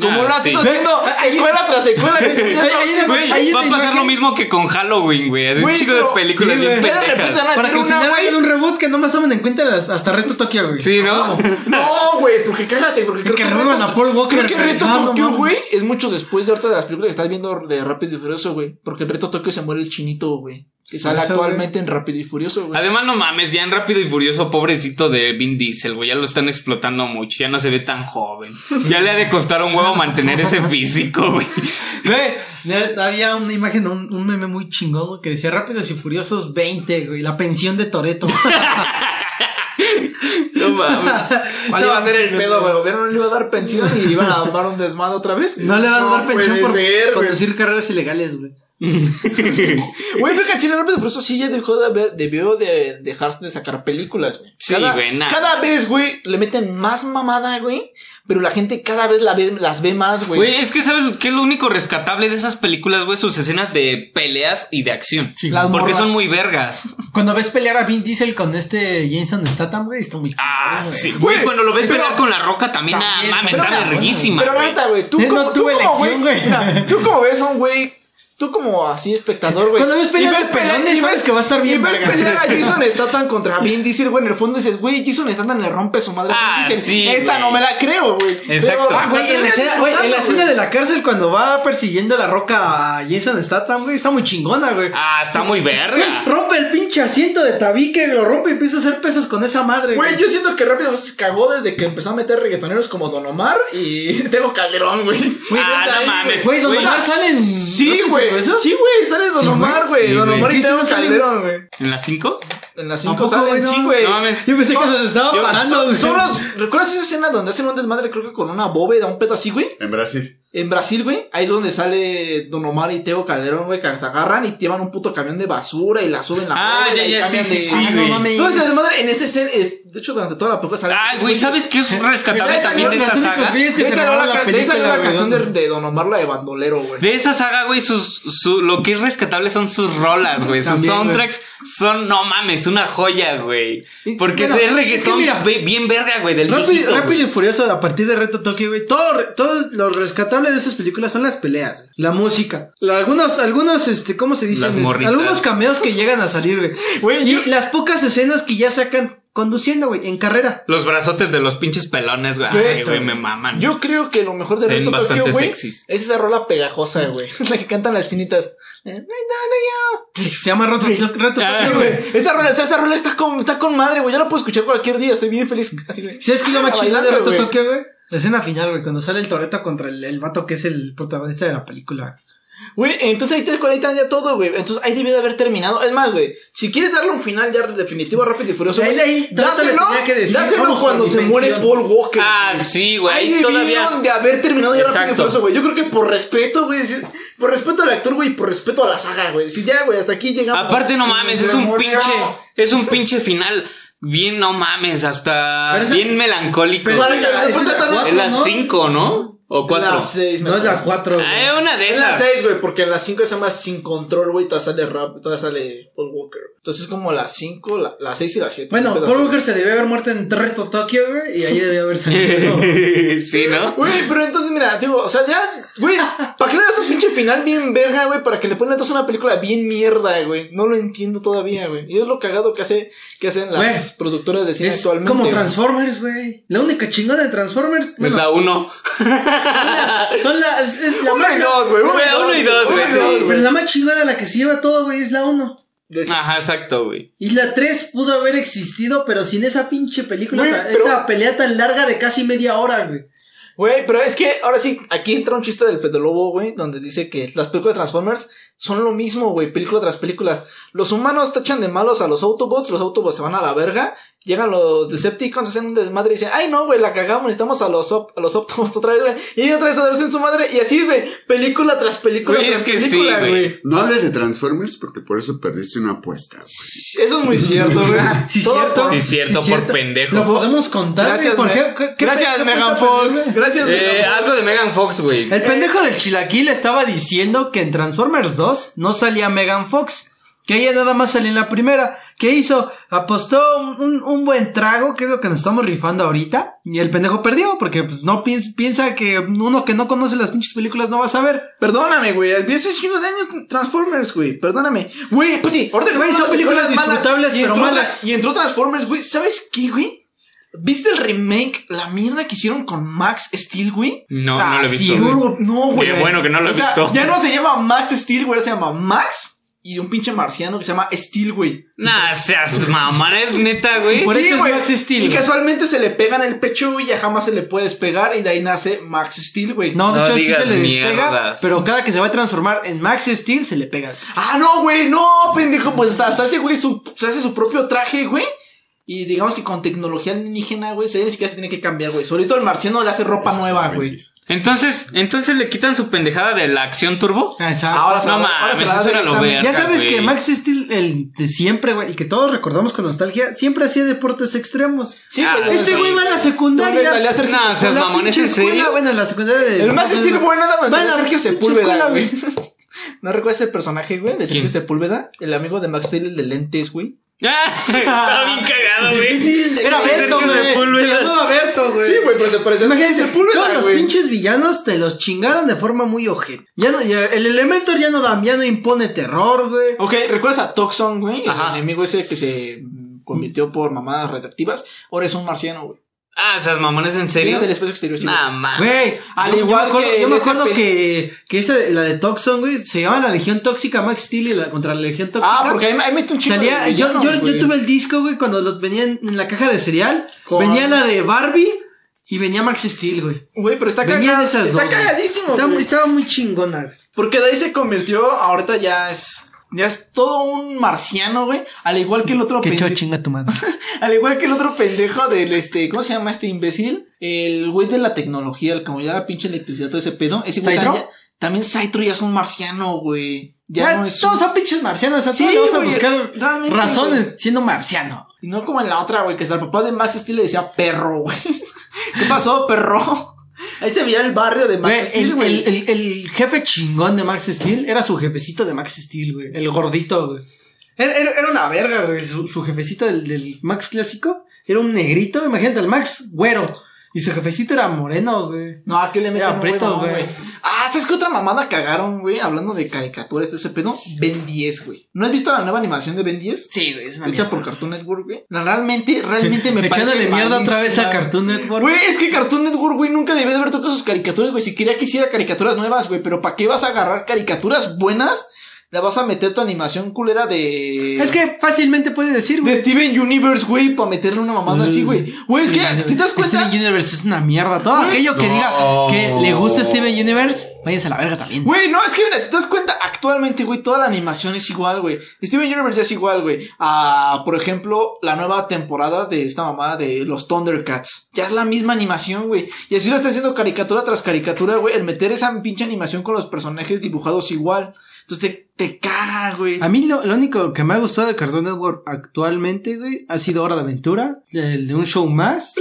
S3: Como
S1: Ah,
S3: lo has
S1: sí.
S3: ido haciendo
S2: Ahí-
S3: secuela tras secuela. que se-
S2: Ahí- ahí-
S1: Güey,
S2: ahí es
S1: va a
S2: la
S1: pasar
S2: imagen.
S1: lo mismo que con Halloween, güey. Es un
S3: (laughs) Güey,
S1: chico de
S3: pero-
S1: películas
S2: sí,
S1: bien
S2: güey.
S3: Ya de repente
S1: pendejas.
S3: van a
S2: Para que
S3: hacer
S2: al
S3: una,
S2: final
S3: güey.
S2: hagan un reboot que no más tomen en cuenta las- hasta Reto Tokio, güey.
S1: Sí, ¿no?
S3: (laughs) No, güey, porque cágate, porque
S2: Que remuevan a Paul Walker,
S3: Creo que
S2: güey.
S3: Reto
S2: No, no
S3: Tokio,
S2: mames.
S3: güey, es mucho después de ahorita de las películas que estás viendo de Rápido y Furioso, güey. Porque en Reto Tokio se muere el chinito, güey. Que
S2: Sí,
S3: sale
S2: eso,
S3: actualmente en Rápido y Furioso, güey.
S1: Además, no mames, ya en Rápido y Furioso, pobrecito de Vin Diesel, güey. Ya lo están explotando mucho. Ya no se ve tan joven. Ya le ha de costar un huevo mantener ese físico, güey.
S2: Güey, había una imagen, un, un meme muy chingón güey, que decía Rápidos y Furiosos 20, güey, la pensión de Toreto.
S1: No mames.
S3: ¿Cuál iba a ser el pedo, güey? El gobierno no le iba a dar pensión y iban a armar un desmadre otra vez.
S2: No le van a dar pensión
S3: puede
S2: por
S3: ser, güey.
S2: conducir carreras ilegales, güey.
S3: Güey, pero que al Chile Rápido y Furioso sí ya dejó de haber, debió de dejarse de sacar películas, güey.
S1: Sí,
S3: Cada-
S1: güey, nada.
S3: Cada vez, güey, le meten más mamada, güey. Pero la gente cada vez la ve, las ve más, güey.
S1: Güey, es que sabes qué es lo único rescatable de esas películas, güey, sus escenas de peleas y de acción.
S2: Sí,
S3: Las
S1: Porque
S3: morras.
S1: son muy vergas.
S2: Cuando ves pelear a Vin Diesel con este Jason Statham, güey, está muy chingón,
S1: Ah,
S2: güey.
S1: sí. Güey,
S3: Güey,
S1: cuando lo ves
S3: pero-
S1: pelear con la roca también, ah,
S2: También,
S1: mames,
S2: pero
S1: está
S2: la-
S1: verguísima.
S3: Pero la
S1: güey.
S3: neta, güey, tú
S2: Él Eh, no
S3: como, tú
S2: tuvo
S3: como,
S2: elección, güey.
S3: mira, tú como ves a un güey, tú como así espectador, güey.
S2: Cuando ves peleas de
S3: y
S2: pelones,
S3: y
S2: sabes que va a estar bien
S3: Y ves
S2: verga. (laughs)
S3: pelear a Jason Statham contra Vin Diesel, güey, en el fondo dices, güey, Jason Statham le rompe su madre. a Vin
S1: Ah,
S3: Diesel.
S1: sí,
S3: Esta
S1: güey.
S3: no me la creo, güey.
S1: Exacto.
S3: Pero
S2: Ah, güey, en la
S3: terminas
S2: escena, güey, en la
S3: disfrutando,
S2: escena de
S3: güey.
S2: la cárcel cuando va persiguiendo a la roca a Jason Statham, güey, está muy chingona, güey.
S1: Ah, está muy verga.
S2: Rompe el pinche asiento de tabique, lo rompe y empieza a hacer pesas con esa madre,
S3: Güey, yo siento que rápido se cagó desde que empezó a meter reggaetoneros como Don Omar y (laughs) Tego Calderón, güey.
S1: Güey,
S3: Desde
S1: ah, no
S3: ahí,
S1: mames.
S2: Güey, donde
S1: Güey,
S2: más salen.
S3: Sí,
S2: ¿no?
S3: güey.
S2: ¿Por eso?
S3: Sí, güey, sale Don
S2: Sí, güey.
S3: Omar, güey.
S1: Sí,
S3: Don
S1: güey.
S3: Omar
S2: ¿Qué
S3: y Tego
S2: hicieron salir?
S3: Calderón, güey.
S1: ¿En las 5?
S3: En las
S2: ¿A poco,
S3: 5 salen,
S2: güey?
S3: sí,
S2: No.
S3: güey.
S1: No mames.
S2: Yo pensé que
S3: Son-
S2: se les estaba
S3: son-
S2: parando,
S3: son-
S2: güey.
S3: son los- ¿Recuerdas esa escena donde hacen un desmadre, creo que con una bóveda, un pedo así, güey?
S4: En Brasil.
S3: En Brasil, güey. Ahí es donde sale Don Omar y Teo Calderón, güey, que hasta agarran y llevan un puto camión de basura y la suben la
S1: Ah,
S3: bóveda
S1: ya,
S3: y
S1: ya,
S3: cambian
S1: sí,
S3: de-
S1: sí,
S2: Ah,
S1: sí,
S2: no
S1: güey.
S2: mames.
S3: Todo ese desmadre en ese escena, eh, de hecho, durante toda la película sale.
S1: Ay, güey, ¿sabes qué es rescatable
S3: Mira, esa
S1: también de
S3: no-
S1: esa
S2: los únicos
S1: saga?
S2: videos que
S3: De
S2: se
S3: esa era
S2: robaron
S3: la,
S2: la
S3: ca- de esa era
S2: película,
S3: la
S2: güey,
S3: canción de,
S2: ¿dónde?
S3: de Don Omar, la de bandolero, güey.
S1: De esa saga, güey, sus, su, lo que es rescatable son sus rolas, güey. Sus
S2: También, güey.
S1: soundtracks son, no mames, una joya, güey.
S2: Y-
S1: Porque
S2: bueno,
S1: es
S2: es que
S1: reggaetón
S2: mira,
S1: ve- bien verga, güey, del viejito,
S2: Rápido,
S1: güey.
S2: rápido y furioso, a partir de Reto Tokio, güey. Todo, re- todo lo rescatable de esas películas son las peleas, güey, la música. la- algunos, algunos, este, ¿cómo se dice?
S1: Las
S2: Les-
S1: morritas.
S2: Algunos cameos que llegan a salir,
S3: (laughs)
S2: güey.
S3: Güey, yo-
S2: Y las pocas escenas que ya sacan conduciendo, güey, en carrera.
S1: Los brazotes de los pinches pelones, güey. Ay,
S3: Perfecto.
S1: güey, me maman.
S3: Yo creo que lo mejor de
S1: Se ven
S3: Reto Tokio,
S1: bastante
S3: güey,
S1: sexys.
S3: es esa rola pegajosa, güey. (laughs) La que cantan las chinitas.
S2: Se llama Reto, Reto
S1: Ah,
S2: Tokio,
S3: güey.
S2: güey.
S3: Esa rola, o sea, esa rola está con, está con madre, güey. Ya la puedo escuchar cualquier día, estoy bien feliz. Así, güey.
S2: ¿Sabes qué es lo más chingón de
S3: Bailando,
S2: Reto
S3: güey.
S2: Tokio, güey? La escena final, güey, cuando sale el Toreto contra el, el vato que es el protagonista de la película.
S3: Güey, entonces ahí te desconectan ya todo, güey. Entonces ahí debió de haber terminado. Es más, güey, si quieres darle un final ya definitivo, rápido y furioso,
S2: Ahí,
S3: güey,
S2: ahí, Toretto le
S3: dáselo,
S2: tenía que decir,
S3: dáselo
S2: vamos
S3: cuando
S2: por
S3: se muere
S2: dimensión.
S3: Paul Walker.
S1: Ah,
S3: güey.
S1: sí, güey, ahí
S3: Ahí
S1: todavía-
S3: debieron de haber terminado ya rápido y
S1: Exacto.
S3: furioso, güey. Yo creo que por respeto, güey, decir- por respeto al actor, güey, y por respeto a la saga, güey. Decir, ya, güey, hasta aquí llegamos.
S1: Aparte, no mames, es un
S3: Demonio.
S1: pinche, es un pinche final. Bien, no mames, hasta
S2: Pero esa-
S1: bien melancólico.
S2: Pero
S3: Vale,
S2: esa-
S3: después
S2: esa es la
S3: tratan-
S2: cuatro,
S1: es las
S2: ¿no?
S1: 5, ¿no? O 4.
S3: Las seis, me
S2: No es la
S3: parece.
S2: 4, güey.
S1: Ah, una de
S3: Es
S1: esas.
S3: las 6, güey, porque en las 5 se llama Sin Control, güey, todavía sale rap, todavía sale Paul Walker. Entonces como las 5, la- las 6 y las 7.
S2: Bueno, Paul Walker se debió haber muerto en Reto Tokio, güey, y ahí debió haber
S3: (laughs)
S2: salido.
S1: (laughs) sí, ¿no?
S3: Güey, pero entonces, mira, digo, o sea, ya, güey, ¿para qué le das un pinche final bien verga, güey? Para que le pongan entonces una película bien mierda, güey. No lo entiendo todavía, güey. Y es lo cagado que hace, que hacen las
S2: Güey,
S3: productoras de cine
S2: Es
S3: actualmente.
S2: como
S3: güey.
S2: Transformers, güey. La única chingona de Transformers.
S1: es
S2: Bueno,
S1: la 1.
S2: son las. es- es la
S3: Uno
S2: más-
S3: y dos, güey.
S1: Güey, uno y dos, güey,
S3: uno y
S1: sí.
S3: dos,
S2: Pero la más chingona, la que se lleva todo, güey, es la 1.
S1: Ajá, exacto, güey.
S2: Y la 3 pudo haber existido, pero sin esa pinche película,
S3: Güey,
S2: ta-
S3: pero-
S2: esa pelea tan larga de casi media hora, güey.
S3: Güey, pero es que ahora sí, aquí entra un chiste del Fede Lobo, güey, donde dice que las películas de Transformers son lo mismo, güey, película tras película. Los humanos tachan de malos a los Autobots, los Autobots se van a la verga, llegan los Decepticons, hacen un desmadre y dicen, ay no, güey, la cagamos, necesitamos a los, Op- a los Autobots otra vez, güey, y ellos otra vez a darse en su madre, y así, güey, película tras película
S1: Güey,
S3: tras
S1: es que sí,
S3: película,
S1: güey.
S3: güey.
S4: No hables de Transformers porque por eso perdiste una apuesta.
S3: Eso es muy cierto, güey.
S2: Sí,
S3: Todo
S2: cierto.
S3: por-
S1: Sí, cierto, por pendejo.
S2: Lo podemos contar.
S3: Gracias,
S2: güey? ¿Por
S3: Me-
S2: qué? ¿Qué- qué pe-
S3: Gracias,
S2: qué
S3: Megan
S2: pasa,
S3: Fox.
S2: güey?
S3: Gracias,
S1: Eh,
S3: Megan Fox.
S1: algo de Megan Fox, güey.
S2: El pendejo
S1: eh.
S2: del chilaquil estaba diciendo que en Transformers 2 no salía Megan Fox, que ella nada más salía en la primera. ¿Qué hizo? Apostó un, un- un buen trago, que es lo que nos estamos rifando ahorita, y el pendejo perdió, porque pues, no piens- piensa que uno que no conoce las pinches películas no va a saber.
S3: Perdóname, güey. Vi hace un chingo de años Transformers, güey. Perdóname. Güey, Pati, ahorita que
S2: Güey,
S3: veo
S2: son
S3: unas
S2: películas
S3: secuelas
S2: disfrutables,
S3: y
S2: pero
S3: entró
S2: malas.
S3: tra- Y entró Transformers, güey. ¿Sabes qué, güey? ¿Viste el remake? La mierda que hicieron con Max Steel, güey.
S1: No,
S2: Ah,
S1: no lo he
S2: sí,
S1: visto,
S2: güey.
S1: güey.
S3: No, no, güey.
S1: Qué bueno que no lo he
S3: O sea,
S1: visto.
S3: Ya no se llama Max Steel, güey. Se llama Max y un pinche marciano que se llama Steel, güey.
S1: Nah, seas mamá, es neta, güey.
S2: Por eso es
S3: güey.
S2: Max Steel,
S3: Y
S2: güey.
S3: casualmente se le pega en el pecho, güey. Ya jamás se le puede despegar. Y de ahí nace Max Steel, güey.
S2: No, de
S1: No
S2: hecho sí se
S1: digas
S2: le despega,
S1: mierdas.
S2: pero cada que se va a transformar en Max Steel se le pega.
S3: Ah, no, güey, no, pendejo. Pues hasta, hasta ese güey su- se hace su propio traje, güey. Y digamos que con tecnología alienígena, güey, se ni siquiera se tiene que cambiar, güey. Solito el marciano le hace ropa nueva, güey.
S1: Entonces, entonces le quitan su pendejada de la acción turbo.
S2: Ah, Exacto.
S3: Ahora se
S1: No
S3: la- ahora se
S1: mames,
S3: la da
S1: eso era lo
S3: directamente.
S1: ver.
S2: Ya sabes
S1: Ah, güey.
S2: que Max Steel, el de siempre, güey, el que todos recordamos con nostalgia, siempre hacía deportes extremos.
S3: Sí,
S1: Ah,
S3: güey.
S2: Este
S1: sí.
S2: güey va a la
S3: ¿Dónde
S2: secundaria.
S3: salía Sergio
S1: No,
S2: a
S1: seas
S2: la
S1: mamón, ¿es
S2: pinche
S1: en
S2: escuela,
S1: serio?
S2: Bueno, en la secundaria de...
S3: El Max Steel, bueno, era donde
S2: Va a
S3: salía
S2: la
S3: Sergio
S2: pinche
S3: Sepúlveda,
S2: escuela,
S3: güey. (laughs) ¿No recuerdas ese personaje, güey? De Sergio
S1: ¿Quién?
S3: Sepúlveda, el amigo de Max Steel, el de lentes, güey.
S1: Ah, (laughs) estaba bien cagado, güey.
S2: Era Berto,
S1: Sergio
S2: güey. Se
S1: Sepúlveda.
S2: llamaba Berto, güey.
S3: Sí, güey, pero se parecía a Sergio
S2: Todos
S3: Sepúlveda,
S2: los
S3: güey.
S2: pinches villanos te los chingaron de forma muy ojete. Ya no, ya- el Elementor ya no da, ya no impone terror, güey.
S3: Ok, ¿recuerdas a Toxon, güey?
S1: Ajá.
S3: El enemigo ese que se convirtió por mamadas radioactivas. Ahora es un marciano, güey.
S1: Ah, seas mamón, ¿es en
S3: Viene
S1: serio?
S3: del espacio exterior, sí, güey.
S1: Nah, mames.
S2: Güey,
S3: Al
S2: yo- yo
S3: igual
S2: me acuerdo-
S3: que
S2: yo me
S3: el
S2: acuerdo
S3: FP.
S2: que, que esa, la de Toxon, güey, se llama la Legión Tóxica Max Steel y la contra la Legión Tóxica.
S3: Ah, porque ahí, ahí mete un chico.
S2: Salía- yo, yo, yo tuve el disco, güey, cuando los venían en la caja de cereal.
S3: Con-
S2: Venía la de Barbie y venía Max Steel, güey.
S3: Güey, pero está
S2: Venía
S3: cagado.
S2: de esas
S3: Está
S2: dos. güey.
S3: cagadísimo.
S2: Estaba,
S3: güey.
S2: estaba muy chingona, güey.
S3: Porque de ahí se convirtió. Ahorita ya es. Ya es todo un marciano, güey. Al igual que el otro pendejo.
S2: chinga tu madre.
S3: Al igual que el otro pendejo del este. ¿Cómo se llama este imbécil? El güey de la tecnología, el que me la pinche electricidad, todo ese pedo. Ese güey
S2: ¿Saitro?
S3: también. También Saitro ya es un marciano, güey. Ya,
S2: Ya,
S3: no es.
S2: todos
S3: un-
S2: son pinches marcianos. O sea,
S3: Sí,
S2: todos le vas a
S3: güey,
S2: buscar
S3: realmente,
S2: razones
S3: güey.
S2: siendo marciano.
S3: Y no como en la otra, güey, que al papá de Max Steel le decía perro, güey. (laughs) ¿Qué pasó, perro? Ahí se veía el barrio de Max
S2: Güey,
S3: Steel,
S2: el,
S3: güey.
S2: el- el- el jefe chingón de Max Steel era su jefecito de Max Steel, güey. El gordito, güey. Era, era- era una verga, güey. Su, su jefecito del, del Max clásico era un negrito. Imagínate, el Max güero. Y su jefecito era moreno, güey.
S3: No, aquí le meten
S2: Era
S3: un güey
S2: preto,
S3: mamón,
S2: güey.
S3: güey. Ah, ¿sabes qué otra mamada cagaron, güey? Hablando de caricaturas de ese pedo. Ben 10, güey. ¿No has visto la nueva animación de Ben 10?
S2: Sí, güey, es una
S3: Ahorita por Cartoon Network, güey. No, Realmente,
S2: (laughs)
S3: realmente me parece
S2: Echándole mierda otra vez a
S3: malísima,
S2: Cartoon Network.
S3: Güey, es que Cartoon Network, güey, nunca debió de haber tocado sus caricaturas, güey. Si quería que hiciera caricaturas nuevas, güey. Pero ¿para qué vas a agarrar caricaturas buenas? La vas a meter tu animación culera de...
S2: Es que fácilmente puedes decir,
S3: De
S2: güey.
S3: Steven Universe, güey, para meterle una mamada así, güey. Güey, es que, ¿te das cuenta?
S2: Mm. Steven Universe es una mierda. Todo aquello que
S4: No.
S2: diga que le gusta Steven Universe, váyanse a la verga también.
S3: Güey, no, es que mira, si te das cuenta, actualmente, güey, toda la animación es igual, güey. Steven Universe ya es igual, güey. A, por ejemplo, la nueva temporada de esta mamada de los Thundercats. Ya es la misma animación, güey. Y así lo está haciendo caricatura tras caricatura, güey. El meter esa pinche animación con los personajes dibujados igual. Entonces te, te caga, güey.
S2: A mí lo, lo único que me ha gustado de Cartoon Network actualmente, güey, ha sido Hora de Aventura, el de un show más.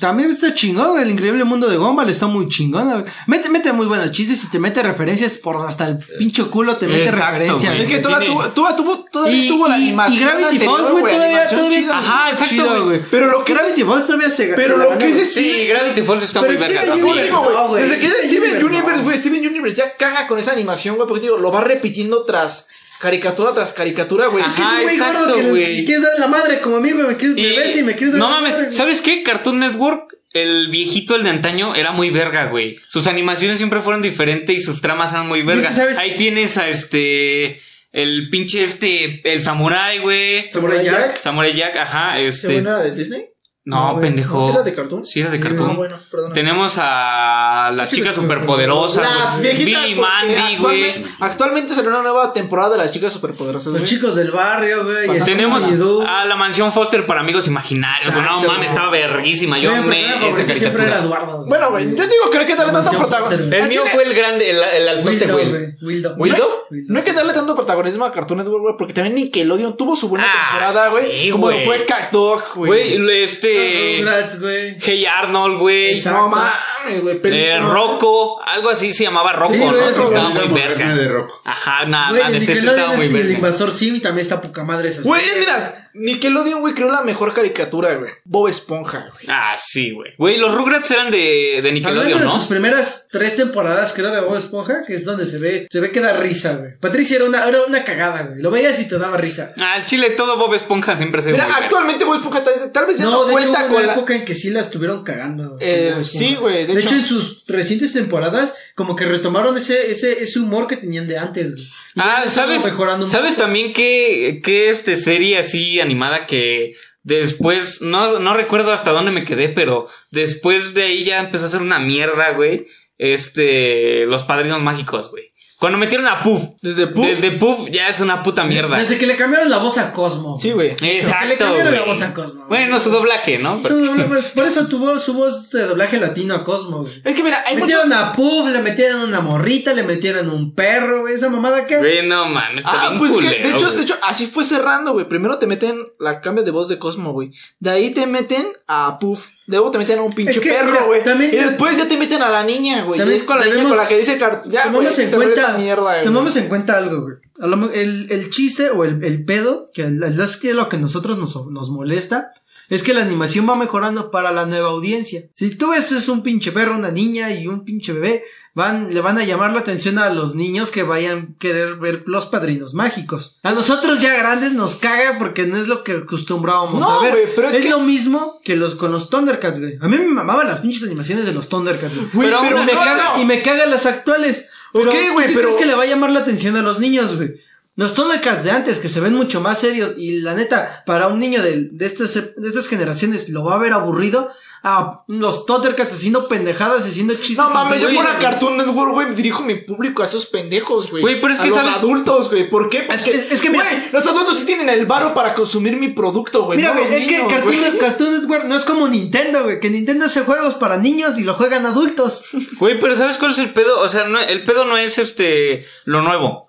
S2: También está chingón, güey, el increíble mundo de Gumball está muy chingón. güey. Mete, mete muy buenos chistes y te mete referencias por hasta el pincho culo te mete
S1: Exacto,
S2: referencias.
S1: güey.
S3: Es
S2: güey.
S3: que toda
S1: Tiene-
S3: tuvo, toda tuvo, todavía tuvo la animación.
S2: y Gravity
S3: anterior,
S2: Falls, güey, todavía,
S3: animación
S2: todavía
S3: chida,
S1: Ajá, exacto,
S2: chido,
S1: güey.
S3: Pero lo que-
S2: Gravity Falls todavía se
S3: Pero
S2: se
S3: lo
S2: la
S3: que
S2: gana,
S3: es-
S1: Sí, Gravity Falls está
S2: Pero
S1: muy
S2: Steven
S1: verga
S3: Yo
S1: también.
S2: Universe-
S3: digo, güey,
S2: No, güey,
S3: desde que
S2: Steven
S3: Steven, Universe,
S2: Universe, no.
S3: güey, Steven Universe ya caga con esa animación, güey, porque digo, lo va repitiendo tras caricatura tras caricatura, güey.
S1: Ajá.
S2: Es un güey
S1: exacto,
S2: gordo que-
S1: güey.
S2: que quieres darle la madre como a mí, güey, me, quieres, me ves y me quieres dar
S1: no
S2: la madre,
S1: mames,
S2: güey.
S1: ¿sabes qué? Cartoon Network, el viejito, el de antaño, era muy verga, güey. Sus animaciones siempre fueron diferentes y sus tramas eran muy verga.
S2: que, ¿sabes?
S1: Ahí tienes a este. El pinche este. El samurai, güey.
S3: ¿Samurai Jack?
S1: Samurai Jack, ajá,
S3: ¿Se
S1: este.
S3: buena de Disney?
S1: No,
S3: güey.
S1: pendejo.
S3: ¿No, ¿Sí era de cartoon?
S1: Sí, era de
S2: Sí,
S1: cartoon.
S3: Ah, bueno, perdón.
S1: Tenemos a las
S2: Sí,
S1: chicas
S2: sí,
S1: superpoderosas.
S3: Las
S1: güey.
S3: viejitas.
S1: Billy
S3: porque
S1: Mandy, güey.
S3: Actualmente, actualmente salió una nueva temporada de las chicas superpoderosas.
S2: Los
S3: güey.
S2: chicos del barrio, güey.
S3: Pasando
S1: Pues Tenemos
S2: Scooby-Doo.
S1: a la mansión Foster para amigos imaginarios. güey. No
S2: Exacto.
S1: mames, estaba verguísima. Yo
S2: Güey, mi
S1: amé
S2: personaje
S1: esa
S2: favorito siempre era
S1: caricatura.
S2: Eduardo. güey.
S3: Bueno, güey, yo digo, creo que darle
S2: La
S3: tanto Ah,
S2: mansión
S3: protagonismo.
S2: Foster,
S1: El
S3: Al
S1: mío
S3: chile,
S1: fue el grande, el, el altote,
S2: Wildo,
S1: güey.
S2: güey. Wildo.
S1: ¿Wildo?
S3: este No hay que darle tanto protagonismo a Cartoon Network, güey, porque también Nickelodeon tuvo su buena
S1: Ah,
S3: temporada, güey.
S1: sí,
S3: como
S1: güey.
S3: fue Cat Dog,
S1: Güey,
S3: güey.
S1: este.
S2: Rugrats, güey.
S1: Hey Arnold, güey.
S2: Exacto.
S3: No mames, güey.
S1: Eh,
S3: película.
S1: Rocco, algo así se llamaba Rocco,
S2: Sí,
S1: ¿no?
S2: güey,
S1: Sí,
S2: Rocco,
S1: estaba
S4: La
S1: muy
S4: moderna
S1: verga.
S4: de Rocco.
S1: Ajá, nada,
S2: Güey,
S1: nada, de ese estaba
S2: Nickelodeon
S1: muy
S2: es el
S1: verga.
S2: invasor Sim y también está poca madre esa
S3: Güey,
S2: serie.
S3: mira, Nickelodeon, güey, creó la mejor caricatura, güey. Bob Esponja, güey.
S1: Ah, sí, güey. Güey, los Rugrats eran de, de
S2: Hablando
S1: Nickelodeon,
S2: de sus
S1: ¿no?
S2: primeras tres temporadas, creo, de Bob Esponja, que es donde se ve, se ve que da risa, güey. Patricia era una, era una cagada, güey. Lo veías y te daba risa.
S1: Ah, el chile, todo Bob Esponja siempre se
S3: Mira,
S1: muy verga.
S3: actualmente Bob Esponja tal, tal vez Pues ya
S2: No,
S3: no,
S2: de hecho,
S3: cuenta
S2: hubo
S3: con
S2: una
S3: la.
S2: época en que sí la estuvieron cagando. güey,
S3: Eh,
S2: con Bob Esponja.
S3: sí, güey, de
S2: De, hecho,
S3: hecho-
S2: en sus recientes temporadas, como que retomaron ese, ese, ese humor que tenían de antes, güey. Y ya
S1: Ah,
S2: lo estaban
S1: ¿sabes?
S2: Mejorando un
S1: ¿Sabes
S2: poco.
S1: también qué, qué este serie así animada que después, no, no recuerdo hasta dónde me quedé, pero después de ahí ya empezó a ser una mierda, güey. Este, los padrinos mágicos, güey. Cuando metieron a Puff,
S3: Desde Puff.
S1: desde Puff ya es una puta mierda.
S2: Desde que le cambiaron la voz a Cosmo.
S3: Ah, Sí, güey.
S2: Le
S1: Exacto.
S2: cambiaron la
S1: güey.
S2: voz a Cosmo.
S1: Bueno, su doblaje, ¿no?
S2: Su doble- pues, por eso tuvo su voz de doblaje latino a Cosmo, güey.
S3: Es que mira, hay muchos.
S2: Metieron a Puff, le metieron una morrita, le metieron un perro, güey. Esa mamada que.
S1: Güey, no mames, está
S3: Ah,
S1: bien
S3: pues es que,
S1: culero,
S3: de hecho,
S1: güey.
S3: de hecho, así fue cerrando, güey. Primero te meten la cambio de voz de Cosmo, güey. De ahí te meten a Puff. Luego te meten a un pinche
S2: Es que, mira,
S3: perro, güey.
S2: también-
S3: Y después ya te meten a la niña, güey. Y
S2: También
S3: es con la niña
S2: debemos-
S3: con la que dice car- ya, güey,
S2: tomamos
S3: se
S2: en
S3: vuelve
S2: cuenta.
S3: esta mierda, güey.
S2: tomamos en cuenta algo, güey. A lo mo- El, el chiste o el, el pedo, que el- el- es que lo que a nosotros nos, nos molesta. Es que la animación va mejorando para la nueva audiencia. Si tú ves es un pinche perro, una niña y un pinche bebé, van, le van a llamar la atención a los niños que vayan a querer ver los padrinos mágicos. A nosotros ya grandes nos caga porque no es lo que acostumbrábamos
S3: No,
S2: a ver.
S3: güey, pero es
S2: es
S3: que-
S2: lo mismo que los con los Thundercats, güey. A mí me mamaban las pinches animaciones de los Thundercats, güey.
S3: Güey,
S1: Pero
S3: pero,
S1: aún
S2: Y me
S3: no,
S2: caga-
S3: no.
S2: y me cagan las actuales. Pero,
S3: Ok, güey,
S2: ¿tú qué
S3: pero-
S2: crees que le va a llamar la atención a los niños, güey? Los Thundercats de antes, que se ven mucho más serios, y la neta, para un niño de, de, estas, de estas generaciones lo va a ver aburrido, a los Thundercats haciendo pendejadas, haciendo chistes.
S3: No mames, yo
S2: güey.
S3: fuera Cartoon Network, güey, dirijo mi público a esos pendejos, güey.
S1: Güey, pero es
S3: A
S1: que
S3: los
S1: sabes-
S3: adultos, güey. ¿Por qué? Porque,
S2: Es que- es que mira-
S3: güey, los adultos sí tienen el varo para consumir mi producto, güey.
S2: Mira,
S3: no
S2: güey,
S3: los
S2: es que
S3: niños,
S2: Cartoon,
S3: güey.
S2: Cartoon Network no es como Nintendo, güey, que Nintendo hace juegos para niños y lo juegan adultos.
S1: Güey, pero ¿sabes cuál es el pedo? O sea, no- el pedo no es este lo nuevo.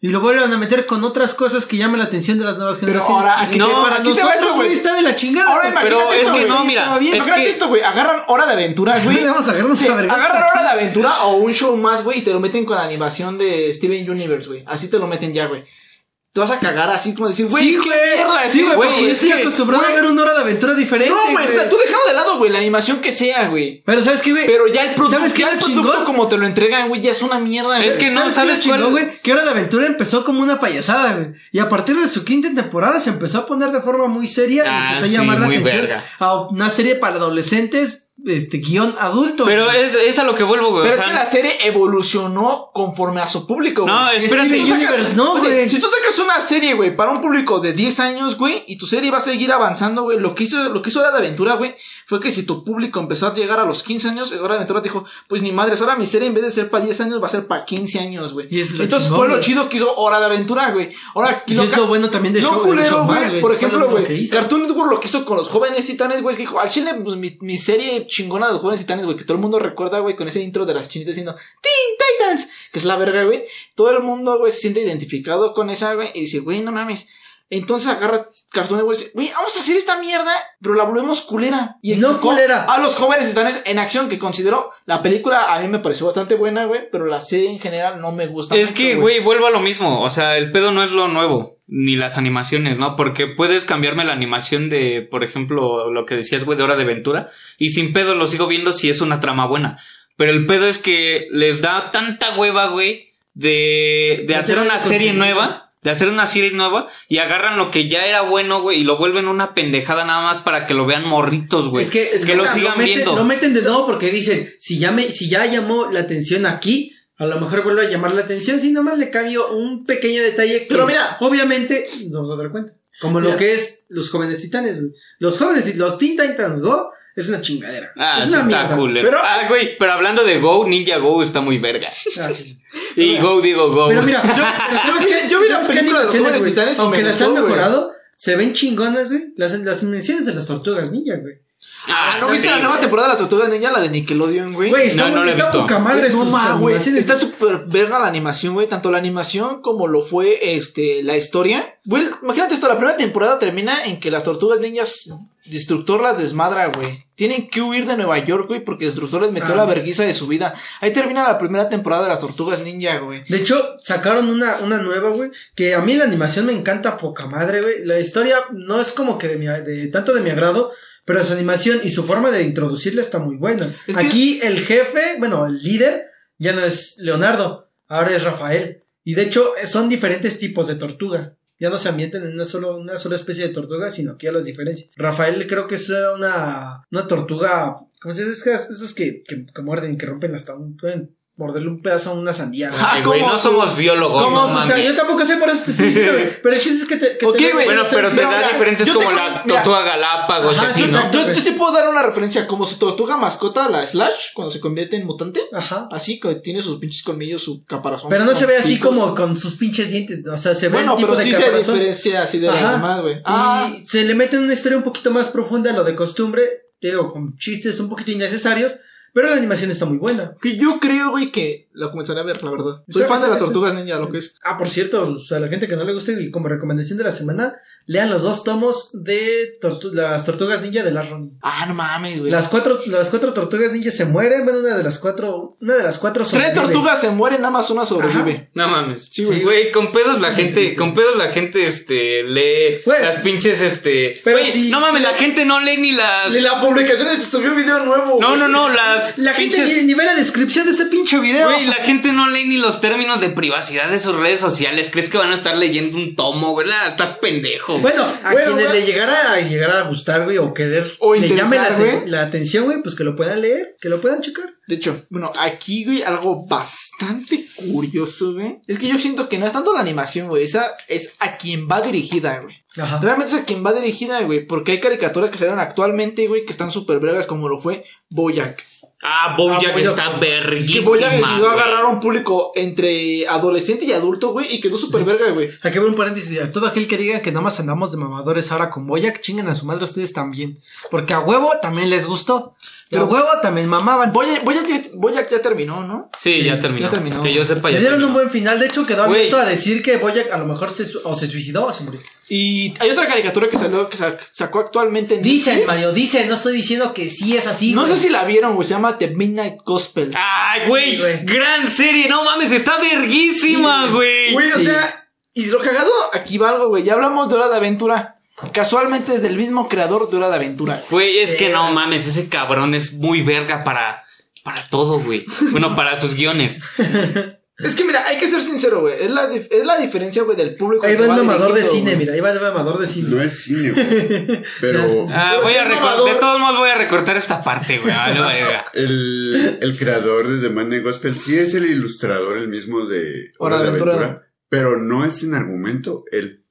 S2: y lo vuelven a meter con otras cosas que llaman la atención de las nuevas
S3: Pero
S2: generaciones.
S3: ahora, aquí
S1: No,
S3: te,
S2: para
S3: para aquí te va
S2: nosotros
S3: esto,
S2: güey
S3: güey.
S2: está de la chingada.
S3: Ahora
S2: güey.
S3: imagínate
S1: Pero es
S3: esto,
S1: que
S3: güey.
S1: no, mira,
S2: Estaba bien.
S1: es
S3: Imagínate
S1: que
S3: esto, güey. Agarran Hora
S2: (laughs)
S3: de Aventura, güey.
S2: Vamos a agarrarnos
S3: Sí,
S2: a vergas.
S3: agarran Hora de Aventura o un show más, güey, y te lo meten con la animación de Steven Universe, güey. Así te lo meten ya, güey. Te vas a cagar así como decir, güey,
S2: Sí,
S3: qué
S2: güey.
S3: mierda, así,
S2: Sí, güey,
S1: güey,
S2: porque yo
S1: es
S2: estoy
S1: que-
S2: acostumbrado a
S3: güey.
S2: ver una hora de aventura diferente.
S3: No, este, güey,
S2: güey.
S3: tú dejado de lado, güey, la animación que sea, güey.
S2: Pero ¿sabes qué, güey?
S3: Pero ya el producto,
S2: ¿Sabes qué
S3: ya el
S2: era
S3: producto
S2: chingón?
S3: como te lo entregan, güey, ya es una mierda,
S1: Es
S3: güey.
S1: que no,
S2: ¿Sabes,
S1: ¿sabes
S2: qué era
S1: cuál?
S2: chingón, güey? Que Hora de Aventura empezó como una payasada, güey. Y a partir de su quinta temporada se empezó a poner de forma muy seria
S1: Ah,
S2: y empezó a
S1: sí,
S2: llamar la
S1: muy
S2: atención
S1: verga.
S2: a una serie para adolescentes, este, guión adulto.
S1: Pero
S2: güey.
S1: es, es a lo que vuelvo, güey.
S3: Pero
S1: o
S2: Pues
S3: es
S1: sea,
S3: que la serie evolucionó conforme a su público, güey.
S1: No,
S3: Si
S1: espérate.
S3: tú sacas-
S2: Universe, no,
S3: oye,
S2: güey.
S3: Si tú sacas una serie, güey, para un público de 10 años, güey, y tu serie va a seguir avanzando, güey, lo que hizo, lo que hizo Hora de Aventura, güey, fue que si tu público empezó a llegar a los 15 años, Hora de Aventura dijo, pues ni madres, ahora mi serie en vez de ser para 10 años va a ser para 15 años, güey.
S2: Y es lo
S3: Entonces
S2: chingón,
S3: fue lo
S2: güey.
S3: chido que hizo Hora de Aventura, güey. Ahora,
S2: Y es
S3: ca-
S2: lo bueno también de
S3: no
S2: Show- de
S3: culero,
S2: Showman,
S3: güey.
S2: güey.
S3: Por
S2: Fue lo
S3: ejemplo,
S2: mismo que
S3: güey.
S2: hizo.
S3: Cartoon Network lo que hizo con los jóvenes titanes, güey. es que Dijo, al chile, pues mi, mi serie chingona de los jóvenes titanes, güey. Que todo el mundo recuerda, güey, con ese intro de las chinitas diciendo Teen Titans, que es la verga, güey. Todo el mundo, güey, se siente identificado con esa, güey. Y dice, güey, no mames. Entonces agarra Cartoon Network y dice, güey, vamos a hacer esta mierda, pero la volvemos culera. Y
S2: No
S3: sacó
S2: culera.
S3: A los jóvenes titanes en acción, que considero la película a mí me pareció bastante buena, güey. Pero la serie en general no me gusta.
S1: Es
S3: mucho,
S1: que, güey, vuelvo a lo mismo. O sea, el pedo no es lo nuevo, ni las animaciones, ¿no? Porque puedes cambiarme la animación de, por ejemplo, lo que decías, güey, de Hora de Aventura, y sin pedo lo sigo viendo si es una trama buena. Pero el pedo es que les da tanta hueva, güey, de, de
S2: De
S1: hacer
S2: hacer
S1: una
S2: el
S1: serie
S2: contenido.
S1: nueva, de hacer una serie nueva, y agarran lo que ya era bueno, güey, y lo vuelven una pendejada nada más para que lo vean morritos, güey.
S2: es que, es
S1: que lo
S2: neta,
S1: sigan
S2: meten,
S1: viendo.
S2: Lo meten de nuevo porque dicen, si ya, me, si ya llamó la atención aquí, a lo mejor vuelve a llamar la atención, si nomás le cambio un pequeño detalle. que
S3: Pero mira.
S2: Obviamente nos vamos a dar cuenta. Como lo
S3: Mira.
S2: que es los jóvenes titanes. güey. Los jóvenes, tit- los Teen Titans Go es una chingadera.
S1: Ah,
S2: es
S1: sí
S2: una
S1: está
S2: mierda.
S1: cool.
S3: Pero-
S1: ah, güey, pero hablando de Go, Ninja Go está muy
S2: (laughs)
S1: verga.
S2: Ah, sí.
S1: Y
S2: Mira.
S1: Go digo Go.
S2: Pero mira,
S3: yo-
S2: ¿sabes qué?
S3: yo vi la
S2: ¿Sabes qué
S3: película de los
S2: animaciones,
S3: Jóvenes
S2: güey?
S3: Titanes y
S2: Aunque
S3: me
S2: las
S3: gustó,
S2: han
S3: güey.
S2: mejorado, se ven chingonas, güey. Las, las invenciones de las tortugas ninja, güey.
S1: ah,
S3: ¿No
S1: sí,
S3: viste la
S1: güey.
S3: nueva temporada de la Tortuga Ninja, la de Nickelodeon, güey?
S2: Güey, está,
S1: no, no la he
S2: está
S1: visto.
S2: poca madre
S3: Madre no
S2: sus
S3: ma, güey.
S2: animaciones.
S3: Está súper verga la animación, güey. Tanto la animación como lo fue este, la historia. Güey, imagínate esto: la primera temporada termina en que las tortugas ninjas Destructor las desmadra, güey. Tienen que huir de Nueva York, güey, porque Destructor les metió
S2: Ah.
S3: la verguiza de su vida. Ahí termina la primera temporada de las tortugas ninja, güey.
S2: De hecho, sacaron una, una nueva, güey, que a mí la animación me encanta poca madre, güey. La historia no es como que de, mi, de tanto de mi agrado, pero su animación y su forma de introducirla está muy buena.
S3: Es que-
S2: Aquí el jefe, bueno, el líder, ya no es Leonardo, ahora es Rafael. Y de hecho, eh, son diferentes tipos de tortuga. Ya no se ambientan en una, solo, una sola especie de tortuga, sino que ya las diferencias. Rafael creo que eso era una, una tortuga, ¿cómo se dice? Esas- Esas que, que, que muerden, que rompen hasta un... Pueden morderle un pedazo a una sandía. güey.
S3: Ah,
S1: Ay, güey,
S3: ¿cómo?
S1: no somos biólogos,
S3: ¿Cómo?
S1: no
S3: O sea,
S2: O sea, yo
S1: mames.
S2: tampoco sé por eso te estoy diciendo,
S3: (laughs)
S2: güey. Pero el chiste es que te. que te
S3: Ok,
S2: den-
S3: güey.
S1: Bueno, pero te
S3: Mira,
S1: da
S3: mira,
S1: diferentes
S3: yo
S1: como
S3: tengo-
S1: la
S3: mira.
S1: tortuga galápagos y
S2: Ajá,
S1: así,
S2: sí, pues.
S1: ¿no?
S2: exacto.
S3: Yo, yo sí puedo dar una referencia, como su tortuga mascota, la Slash, cuando se convierte en mutante.
S2: Ajá.
S3: Así que tiene sus pinches colmillos, su caparazón.
S2: Pero no se ve así
S3: picos.
S2: como con sus pinches dientes. O sea, se ve
S3: Bueno,
S2: el tipo
S3: pero
S2: de
S3: sí se
S2: caparazón.
S3: diferencia así de las
S2: Ajá.
S3: demás, güey.
S2: Y
S3: Ah,
S2: se le mete una historia un poquito más profunda a lo de costumbre. te Digo, con chistes un poquito innecesarios. Pero la animación está muy buena.
S3: Que yo creo, güey, que la comenzaré a ver, la verdad. Soy
S2: Espera,
S3: fan de las
S2: espera,
S3: tortugas ninja, lo que es.
S2: Ah, por cierto, o sea, a la gente que no le guste, y como recomendación de la semana, lean los dos tomos de Tortu- las tortugas ninja de las Ronin.
S3: Ah, no mames, güey.
S2: Las cuatro, las cuatro tortugas ninja se mueren, bueno, una de las cuatro, una de las cuatro
S3: Tres
S2: sobrevive.
S3: tortugas se mueren, nada más una sobrevive.
S1: No mames.
S3: Sí, güey.
S1: Güey, con pedos la gente,
S2: triste.
S1: con pedos la gente, este, lee
S2: Güey.
S1: las pinches, este.
S2: Pero
S1: Güey,
S2: sí,
S1: no mames,
S2: sí.
S1: la gente no lee ni las.
S3: De la publicación se subió un video nuevo.
S1: No,
S3: güey.
S1: no, no, las.
S2: La gente
S1: pinches-
S2: ni, ni ve la descripción de este pinche video.
S1: Güey, la gente no lee ni los términos de privacidad de sus redes sociales. ¿Crees que van a estar leyendo un tomo, verdad? Estás pendejo.
S2: Bueno, a
S3: Bueno,
S2: quienes
S3: güey.
S2: le llegara a llegar a gustar, güey, o querer
S3: O
S2: le llame la,
S3: interesar,
S2: te-
S3: güey.
S2: la atención, güey, pues que lo puedan leer, que lo puedan checar.
S3: De hecho, bueno, aquí, güey, algo bastante curioso, güey. Es que yo siento que no es tanto la animación, güey. Esa es a quien va dirigida, güey.
S2: Ajá.
S3: Realmente es a quien va dirigida, güey. Porque hay caricaturas que salieron actualmente, güey, que están súper bregas, como lo fue Boyac.
S1: Ah, Bojack
S2: Ah, Bojack.
S1: está
S3: Que
S1: verguísima.
S3: Boyac decidió
S1: güey.
S3: agarrar a un público entre adolescente y adulto, güey, y quedó súper verga, güey.
S2: Aquí voy un paréntesis, mira. Todo aquel que diga que nada más andamos de mamadores ahora con Boyac, chingan a su madre ustedes también. Porque a huevo también les gustó. Y a
S3: Pero-
S2: huevo también mamaban.
S3: Boyac, Boyac ya- Boyac ya terminó, ¿no?
S1: Sí, ya terminó.
S3: ya terminó.
S1: Que yo sepa,
S2: Le
S1: ya
S2: dieron
S1: terminó.
S2: un buen final, de hecho quedó
S1: Güey.
S2: abierto a decir que Boyac a lo mejor se, su- o se suicidó o se murió.
S3: Y hay otra caricatura que salió, que sa- sacó actualmente en
S2: Dicen,
S3: Netflix.
S2: Mario, dicen, no estoy diciendo que sí es así.
S3: No
S2: güey.
S3: sé si la vieron, güey, se llama The Midnight Gospel.
S1: Ay, güey,
S2: Sí, güey.
S1: gran serie, no mames, está verguísima,
S2: Sí,
S1: güey.
S3: Güey, o
S2: sí.
S3: sea, y lo cagado, aquí va algo, güey. Ya hablamos de Hora de Aventura. Casualmente es del mismo creador de Hora de Aventura.
S1: Güey, es que
S2: Eh.
S1: no mames, ese cabrón es muy verga para, para todo, güey. Bueno, para sus
S2: (laughs)
S1: guiones.
S3: Es que mira, hay que ser sincero, güey. Es la, dif- es la diferencia, güey, del público.
S2: Ahí
S3: que
S2: va el mamador de
S3: dirigido,
S2: cine,
S3: güey.
S2: mira, ahí va el mamador de cine.
S4: No es cine,
S3: (laughs)
S4: güey. Pero
S1: Ah,
S2: Pues
S3: Pero
S1: voy
S3: es
S1: a
S3: el
S1: recortar,
S3: mamador.
S1: de todos modos voy a recortar esta parte, güey. vale, verga.
S4: el, el creador de The Man Gospel sí es el ilustrador, el mismo de
S3: Hora
S4: Hora de
S3: de
S4: Aventura,
S3: Aventura.
S4: pero no es en argumento. El,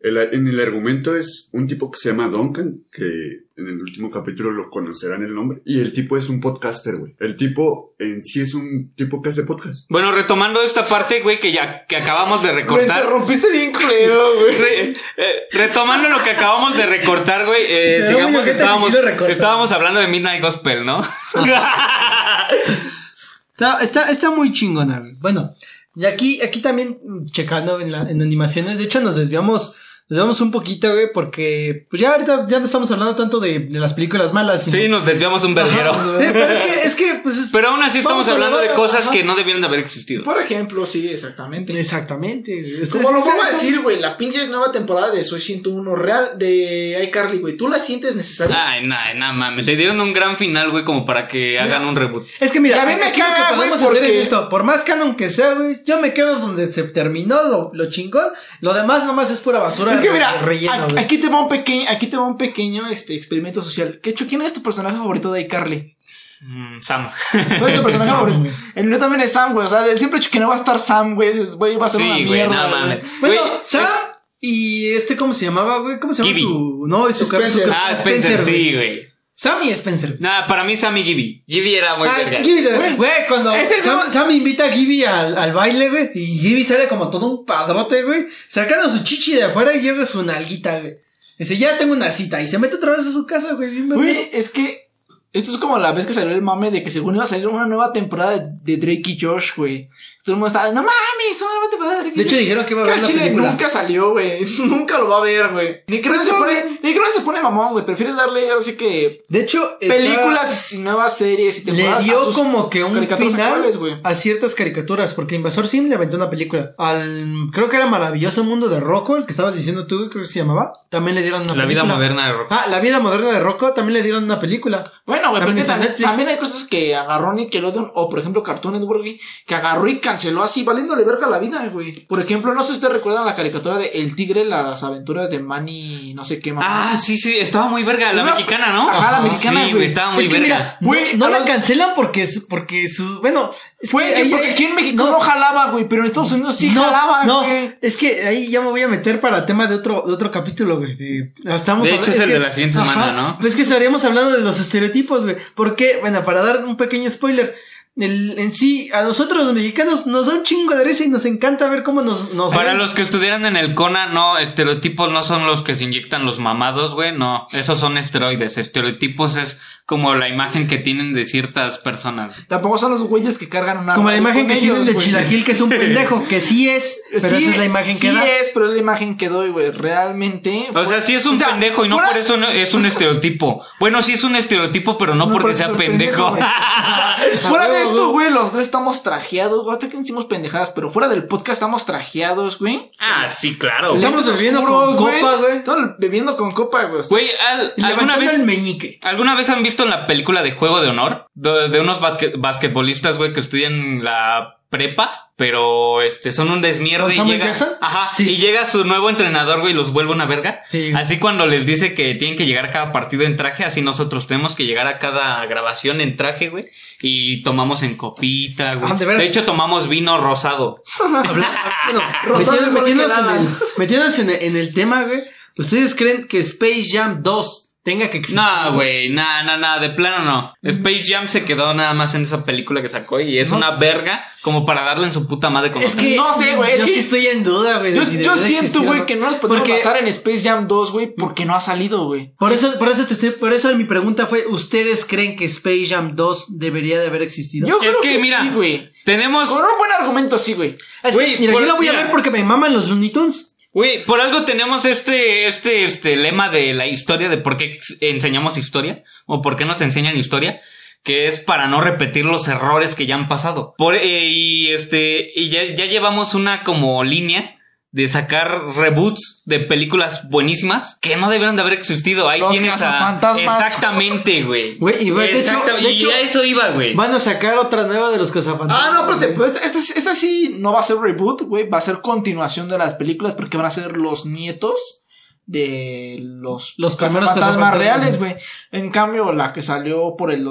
S4: el- en el argumento es un tipo que se llama Duncan, que en el último capítulo lo conocerán el nombre. Y el tipo es un podcaster, güey. El tipo en sí es un tipo que
S1: (laughs)
S4: hace podcast.
S1: Bueno, retomando esta parte, güey, que ya que acabamos de
S3: Lo
S1: recortar.
S3: interrumpiste (laughs)
S1: (laughs)
S3: bien culero, güey.
S1: Re- eh, retomando lo que acabamos de recortar, güey, eh,
S2: Lo
S1: sigamos
S2: único
S1: que
S2: que te
S1: estábamos,
S2: decidió recortar.
S1: estábamos hablando de Midnight Gospel, ¿no?
S2: Está, está, está muy chingona. güey. Bueno, y aquí, aquí también mm, checando en, la- en animaciones, de hecho nos desviamos nos llevamos un poquito, güey, porque pues ya ahorita ya no estamos hablando tanto de, de las películas malas. sino-
S1: Sí, nos desviamos un
S2: Ajá,
S1: verguero.
S2: eh,
S3: (laughs)
S2: pero es que, es que, pues... es-
S1: Pero aún así estamos
S2: Vamos a
S1: hablando de
S2: hablar-
S1: cosas
S2: ajá.
S1: que no debieron de haber existido.
S3: Por ejemplo, sí, exactamente.
S2: Exactamente. güey. Es-
S3: Como
S2: es-
S3: lo
S2: es-
S3: vuelvo a
S2: es-
S3: decir, güey, la pinche nueva temporada de Soy 101 real de iCarly, güey, ¿tú la sientes necesaria?
S1: Ay, nada, nada mames. Le dieron un gran final, güey, como para que hagan un reboot.
S2: Es que mira,
S3: Y a mí me
S2: aquí lo
S3: caga,
S2: que
S3: güey,
S2: podemos hacer
S3: porque-
S2: es esto. Por más canon que sea, güey, yo me quedo donde se terminó lo, lo chingón. Lo demás nomás es pura basura.
S3: Es que
S2: de-
S3: mira,
S2: de relleno,
S3: a-
S2: güey.
S3: aquí te va un pequeño, aquí te va un pequeño este experimento social. ¿Qué hecho? ¿Quién es tu personaje favorito de iCarly?
S1: Mm, Sam.
S3: ¿Cuál es
S2: (laughs)
S3: tu personaje
S2: Sam,
S3: favorito?
S2: güey.
S3: El mío también es Sam, güey. O sea, el simple hecho que no va a estar Sam, güey, es- güey, va a ser
S1: Sí,
S3: Ah, una
S1: güey,
S3: mierda.
S1: no
S3: güey.
S1: mames.
S2: Bueno,
S1: Güey,
S2: Sam y este, ¿cómo se llamaba, güey? ¿Cómo se llama
S1: Gibby.
S2: su...? No, y su car-
S3: Spencer.
S2: su car-
S1: Ah, Spencer,
S2: güey.
S1: sí, güey.
S2: Sam y Spencer.
S1: Nada, para mí Sam y Gibby. Gibby era muy
S2: Ah,
S1: verga.
S2: Gibby,
S3: Güey,
S2: güey, cuando
S3: es el
S2: Sam,
S3: mismo-
S2: Sam invita a Gibby al, al baile, güey, y Gibby sale como todo un padrote, güey, sacando su chichi de afuera y llega su nalguita, güey. Dice, ya tengo una cita, y se mete otra vez a su casa, güey, bien verga.
S3: Güey, es que esto es como la vez que salió el mame de que según iba a salir una nueva temporada de Drake y Josh, güey. Todo el mundo estaba, no mames, una nueva temporada de Drake y
S2: De hecho, dijeron que iba a
S3: Que
S2: ver
S3: al
S2: la
S3: Chile
S2: película. Pues
S3: nunca salió, güey. (laughs) Nunca lo va a ver, güey. Ni creo que se
S2: No,
S3: pone,
S2: güey.
S3: ni creo que se pone mamón, güey. Prefieres darle así que
S2: De hecho, está-
S3: películas y nuevas series
S2: le
S3: y temporadas. a
S2: dio
S3: sus
S2: como que un
S3: caricaturas actuales,
S2: final
S3: güey.
S2: a ciertas caricaturas, porque Invasor Sim le aventó una película. Al, creo que era Maravilloso Mundo de Rocco, el que estabas diciendo tú, creo que se llamaba. También le dieron una
S1: La
S2: película.
S1: vida moderna de Rock.
S2: Ah, La vida moderna de Rocco también le dieron una película.
S3: Bueno, güey,
S2: También
S3: porque
S2: está
S3: también,
S2: Netflix.
S3: también hay cosas que agarró Nickelodeon o, por ejemplo, Cartoon Network, güey, que agarró y canceló así, valiéndole verga la vida, güey. Por ejemplo, no sé si ustedes recuerdan la caricatura de El Tigre, las aventuras de Manny, no sé qué, mamá.
S1: Ah, sí, sí, estaba muy verga. La
S3: Una-
S1: mexicana, ¿no?
S3: Ajá, la mexicana,
S1: Sí,
S3: güey.
S1: güey, estaba muy
S2: es que
S1: verga.
S2: mira, no-
S3: Güey,
S2: no,
S3: a
S2: la
S3: los-
S2: cancelan porque su, porque su, bueno, es
S3: Güey,
S2: que ahí-
S3: porque aquí en México no, jalaba, güey, pero en Estados Unidos sí
S2: no,
S3: jalaba,
S2: no,
S3: güey.
S2: es que ahí ya me voy a meter para tema de otro, de otro capítulo, güey. De, ah, estamos
S1: De
S2: habla-
S1: hecho, es el de la siguiente semana, ¿no?
S2: Pues que estaríamos hablando de los estereotipos, güey. Porque, bueno, para dar un pequeño spoiler, el- en sí, a nosotros los mexicanos nos da un chingo de risa y nos encanta ver cómo nos... nos
S1: Para
S2: ven.
S1: los que estudiaran en el CONA, no, estereotipos no son los que se inyectan los mamados, güey, no, esos son esteroides. Estereotipos es como la imagen que tienen de ciertas personas.
S3: Tampoco son los güeyes que cargan una.
S2: Como la
S3: radio
S2: imagen
S3: con
S2: que
S3: ellos,
S2: tienen de
S3: güey.
S2: Chilaquil, que es un pendejo, que sí es, pero
S3: Sí,
S2: esa es la imagen que
S3: sí
S2: da.
S3: es, pero es la imagen que doy, güey. Realmente.
S1: O sea, sí es un pendejo y no por eso no- es un estereotipo. Bueno, sí es un estereotipo, pero no,
S3: No
S1: porque
S3: por
S1: sea
S3: ser pendejo,
S1: pendejo.
S3: güey. Fuera de esto, güey, los tres estamos trajeados. güey. Hasta que no hicimos pendejadas, pero fuera del podcast estamos trajeados, güey.
S1: (laughs) ah, sí, claro.
S2: Estamos
S3: Lentes
S2: bebiendo con copa, güey.
S3: Estamos bebiendo con copa, güey.
S1: Güey, al- ¿alguna
S2: Levantando
S1: vez...
S2: el meñique.
S1: ¿Alguna vez han visto la película de Juego de Honor? De, de unos basque- basquetbolistas, güey, que estudian la prepa, pero este son un
S2: ¿Con
S1: desmierde y
S2: Samuel
S1: llega,
S2: Jackson?
S1: ajá,
S2: Sí.
S1: y llega su nuevo entrenador, güey, y los vuelve una verga.
S2: (laughs) Sí.
S1: Así cuando les dice que tienen que llegar a cada partido en traje, así nosotros tenemos que llegar a cada grabación en traje, güey, y tomamos en copita, güey.
S2: Ah, ¿de
S1: de,
S2: veras?
S1: hecho tomamos vino rosado. (laughs)
S2: Bueno,
S3: Rosado
S2: metiéndonos,
S3: igual que
S2: metiéndonos en
S3: nada.
S2: el, metiéndonos en, el, en el tema, güey. ¿Ustedes creen que Space Jam 2 tenga que existir?
S1: No,
S2: (laughs)
S1: güey, nada, nada, nada, de plano no. Space Jam se quedó nada más en esa película que sacó y es
S2: Mm. No
S1: una
S2: sé.
S1: verga como para darle en su puta madre con
S2: Es
S1: otra.
S2: que
S3: No sé, güey, es
S2: Yo
S3: que-
S2: sí estoy en duda, güey. de
S3: Yo,
S2: si
S3: yo
S2: debería
S3: siento,
S2: existir o
S3: güey,
S2: no.
S3: que no Mm. nos podemos
S2: Porque-
S3: pasar en Space Jam 2, güey, porque no ha salido, güey.
S2: Por eso, por eso te estoy, por eso mi pregunta fue, ¿ustedes creen que Space Jam 2 debería de haber existido?
S3: Yo creo
S1: que
S3: que, pues,
S1: mira,
S3: sí, güey.
S1: Tenemos,
S3: Con un buen argumento, sí, güey.
S2: Es que,
S1: Güey,
S2: mira,
S1: por-
S2: yo la voy
S1: mira.
S2: a ver porque me maman los Looney Tunes.
S1: güey, por algo tenemos este, este, este lema de la historia, de por qué ex- enseñamos historia o por qué nos enseñan historia, que es para no repetir los errores que ya han pasado. Por, eh, y este, y ya, ya llevamos una como línea de sacar reboots de películas buenísimas que no deberían de haber existido. Ahí
S3: Los
S1: tienes a...
S3: cazafantasmas.
S1: Exactamente, güey.
S2: Güey, y va- de hecho-
S1: Exactamente,
S2: de
S1: y
S2: hecho-
S1: a eso iba, güey.
S2: Van a sacar otra nueva de los
S3: Ah,
S2: cazafantasmas.
S3: no, pero te-
S2: güey.
S3: pues, esta, esta sí no va a ser reboot, güey. Va a ser continuación de las películas porque van a ser los nietos de los,
S2: Los primeros
S3: fantasmas
S2: cazafantasmas.
S3: reales, güey. En cambio, la que salió por el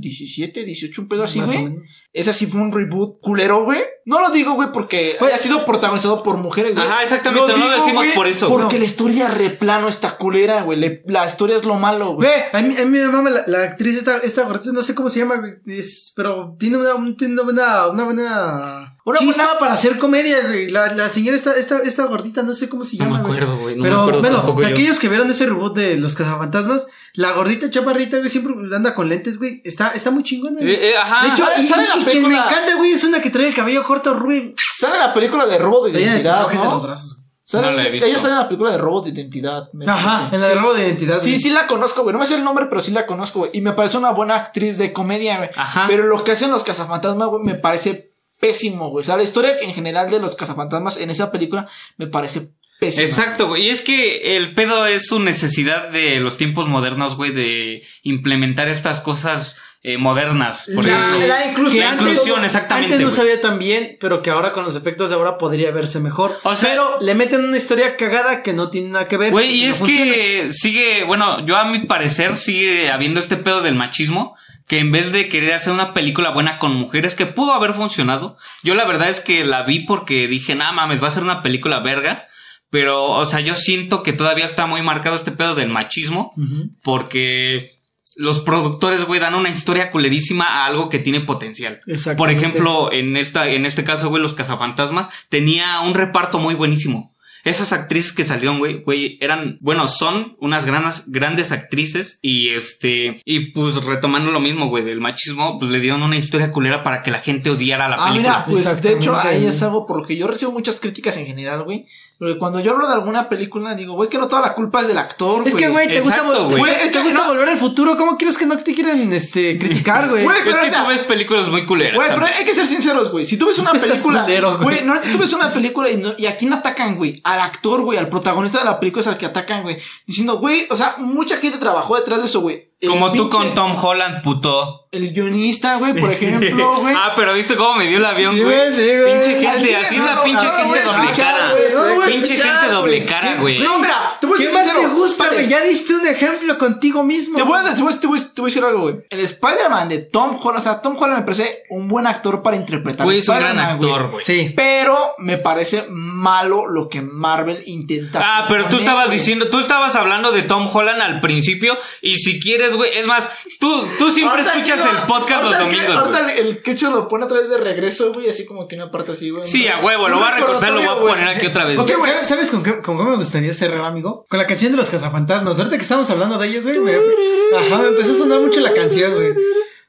S3: 2017, 18, un pedo así,
S2: Más o
S3: güey.
S2: menos.
S3: Esa sí fue un reboot culero, güey. No lo digo, güey, porque
S2: Güey.
S3: haya sido protagonizado por mujeres, güey.
S1: Ajá, exactamente, no lo decimos
S3: güey,
S1: por eso,
S3: Porque
S1: no.
S3: la historia replano está culera, güey. Le- La historia es lo malo, güey.
S2: Güey, a mí, a mí me mama la, la actriz, esta, esta gordita, no sé cómo se llama, güey, es- pero tiene una, un- tiene una, una buena...
S3: Una
S2: chispa
S3: buena-
S2: para hacer comedia, güey. La, la señora, esta, esta, esta gordita, no sé cómo se
S1: No
S2: llama.
S1: me
S2: güey.
S1: acuerdo, güey. No me
S2: Pero
S1: acuerdo
S2: bueno,
S1: tampoco
S2: de
S1: yo.
S2: aquellos que vieron ese reboot de los cazafantasmas, la gordita chaparrita, güey, siempre anda con lentes, güey. Está, está muy chingona, güey.
S1: Eh, eh, ajá.
S2: de hecho,
S3: ¿sabe-
S2: y,
S3: sabe la
S2: y quien me
S3: película?
S2: encanta, güey, es una que trae el cabello corto, rubio.
S3: Sale la película de robo de
S2: Ella de
S3: identidad,
S2: coges de los
S3: ¿no?
S2: brazos.
S3: Sale-
S1: No la he visto.
S3: Ella sale en la película de robo de identidad. me
S2: Ajá,
S3: parece.
S2: en el robo de identidad.
S3: Sí,
S2: güey.
S3: sí la conozco, güey. No me sé el nombre, pero sí la conozco, güey. Y me parece una buena actriz de comedia, güey.
S1: Ajá.
S3: Pero lo que hacen los cazafantasmas, güey, me parece pésimo, güey. O sea, la historia en general de los cazafantasmas en esa película me parece pésima.
S1: Exacto, güey. Y es que el pedo es su necesidad de los tiempos modernos, güey, de implementar estas cosas eh, modernas. Por
S2: La-
S1: ejemplo,
S2: la
S1: la
S2: antes
S1: inclusión,
S2: no-
S1: exactamente.
S2: Antes no
S1: güey.
S2: sabía tan bien, pero que ahora con los efectos de ahora podría verse mejor.
S1: O sea-
S2: pero le meten una historia cagada que no tiene nada que ver.
S1: Güey, y
S2: no
S1: es
S2: funciona.
S1: que sigue, bueno, yo a mi parecer sigue habiendo este pedo del machismo, que en vez de querer hacer una película buena con mujeres, que pudo haber funcionado, yo la verdad es que la vi porque dije, nah mames, va a ser una película verga, pero, o sea, yo siento que todavía está muy marcado este pedo del machismo,
S2: Ujú.
S1: porque los productores, güey, dan una historia culerísima a algo que tiene potencial. Por
S2: Exactamente.
S1: ejemplo, en esta, en este caso, güey, los cazafantasmas tenía un reparto muy buenísimo. Esas actrices que salieron, güey, güey, eran, bueno, son unas granas- grandes actrices y este, y pues retomando lo mismo, güey, del machismo, pues le dieron una historia culera para que la gente odiara la
S3: Ah, mira,
S1: película.
S3: pues de hecho ahí
S2: Exactamente.
S3: es algo por lo que yo recibo muchas críticas en general, güey. Porque cuando yo hablo de alguna película, digo, güey, que no toda la culpa es del actor,
S2: Es que, güey, te
S1: Exacto,
S2: gusta, vol-
S1: güey.
S2: güey,
S3: Güey, es
S2: te
S3: que
S2: gusta
S3: no-
S2: volver al futuro. ¿Cómo quieres que no te quieran este, criticar, güey?
S3: Güey,
S1: es que
S3: pero-
S1: tú ves películas muy culeras.
S3: Güey, pero
S1: también.
S3: hay que ser sinceros, güey. Si tú ves una
S2: Estás
S3: película,
S2: culero, güey.
S3: güey, no, ahorita tú ves una película y, no- y a quién atacan, güey, al actor, güey, al protagonista de la película es al que atacan, güey. Diciendo, güey, o sea, mucha gente trabajó detrás de eso, güey. El
S1: Como tú
S3: pinche-
S1: con Tom Holland, puto.
S3: El guionista, güey,
S1: (laughs)
S3: por ejemplo, güey.
S1: ah, pero viste cómo me dio el avión,
S2: Sí,
S1: güey.
S2: güey, sí, güey.
S1: Pinche
S3: Al
S1: gente,
S3: chile,
S1: así
S3: no,
S1: la
S3: no,
S1: pinche
S3: no,
S1: gente
S3: güey,
S1: doble
S3: no,
S1: cara.
S3: güey, no, güey,
S1: Pinche
S3: ya,
S1: gente doble
S3: güey.
S1: cara, güey.
S3: No, mira, te voy a
S2: ¿Qué
S3: ser
S2: más te
S3: sincero,
S2: gusta,
S3: padre.
S2: güey? Ya diste un ejemplo contigo mismo.
S3: Te voy, a, te, voy a- te voy a- te voy a decir algo, güey. El Spider-Man de Tom Holland, o sea, Tom Holland me parece un buen actor para interpretar.
S1: Güey,
S3: a
S1: es un gran
S3: Spider-Man, güey.
S1: actor, güey.
S2: Sí.
S3: Pero me parece malo lo que Marvel intenta.
S1: Ah,
S3: hacer
S1: pero
S3: con
S1: tú
S3: él,
S1: estabas
S3: güey.
S1: diciendo, tú estabas hablando de Tom Holland al principio y si quieres, güey, es más, tú, tú siempre
S3: Ahorita
S1: escuchas
S3: que-
S1: el podcast los
S3: ahorita que-
S1: domingos. güey.
S3: Ahorita el- el quecho lo pone otra vez de regreso, güey, así como que una parte así, güey.
S1: Sí,
S3: Un-
S1: a huevo, lo
S3: un
S1: voy a recortar, lo voy a
S3: recordatorio,
S1: poner
S3: güey.
S1: aquí otra vez.
S3: Ok,
S1: güey.
S3: güey.
S2: ¿Sabes con qué, con qué me gustaría cerrar, amigo? Con la canción de los cazafantasmas. Ahorita que estábamos hablando de ellos, güey, me, ajá, me empezó a sonar mucho la canción, güey.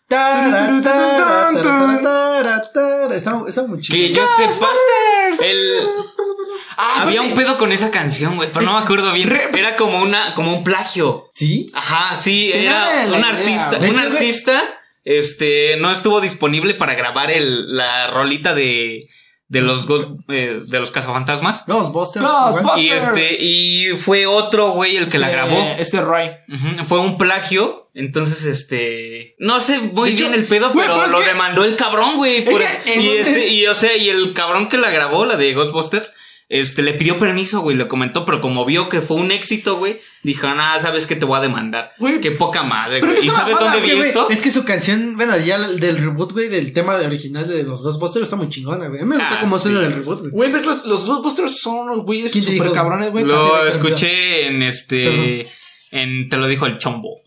S2: Tara, tara, tara, tara, tara. Está, está muy chido.
S1: Que yo sepa, el,
S3: Ah,
S1: había un
S3: aparte,
S1: pedo con esa canción, güey, pero no me acuerdo bien. Era como una, como un plagio.
S2: ¿Sí?
S1: Ajá, sí,
S3: Tenía
S1: era
S3: la
S1: un
S3: idea,
S1: artista,
S2: güey.
S1: un
S2: De hecho, güey-
S1: artista, este, no estuvo disponible para grabar el, la rolita de, de los, go- eh, de los cazafantasmas.
S2: Ghostbusters.
S3: Ghostbusters.
S2: güey.
S1: Y este, y fue otro güey el que la
S3: eh,
S1: grabó.
S3: Este Ray.
S1: Ujú, Fue un plagio. Entonces, este. No sé muy
S3: De hecho,
S1: bien el pedo,
S3: güey,
S1: pero,
S3: pero es
S1: lo
S3: que-
S1: demandó el cabrón, güey. por
S3: Es que,
S1: eso. y,
S3: ¿en dónde
S1: este,
S3: es?
S1: y o sea, y el cabrón que la grabó, la de Ghostbusters, este, le pidió permiso, güey, lo comentó, pero como vio que fue un éxito, güey, dijo, ah, sabes que te voy a demandar.
S3: Güey,
S1: Qué poca madre,
S3: pero
S1: güey.
S3: es
S1: ¿Y
S3: una
S1: sabes
S3: mamada,
S1: dónde
S3: ¿Qué
S1: vi
S2: Es que, güey,
S1: esto?
S2: es que su canción, bueno, ya del reboot, güey, del tema original de los Ghostbusters está muy chingona, güey. A mí me gusta
S1: Ah,
S2: cómo suena
S1: sí.
S2: el reboot, güey.
S3: Güey, pero los, los Ghostbusters son unos güeyes
S2: ¿Quién te
S3: super
S2: dijo?
S3: cabrones, güey.
S1: Lo
S3: también.
S1: escuché en
S2: Perdón.
S1: este. En, te lo dijo el chombo.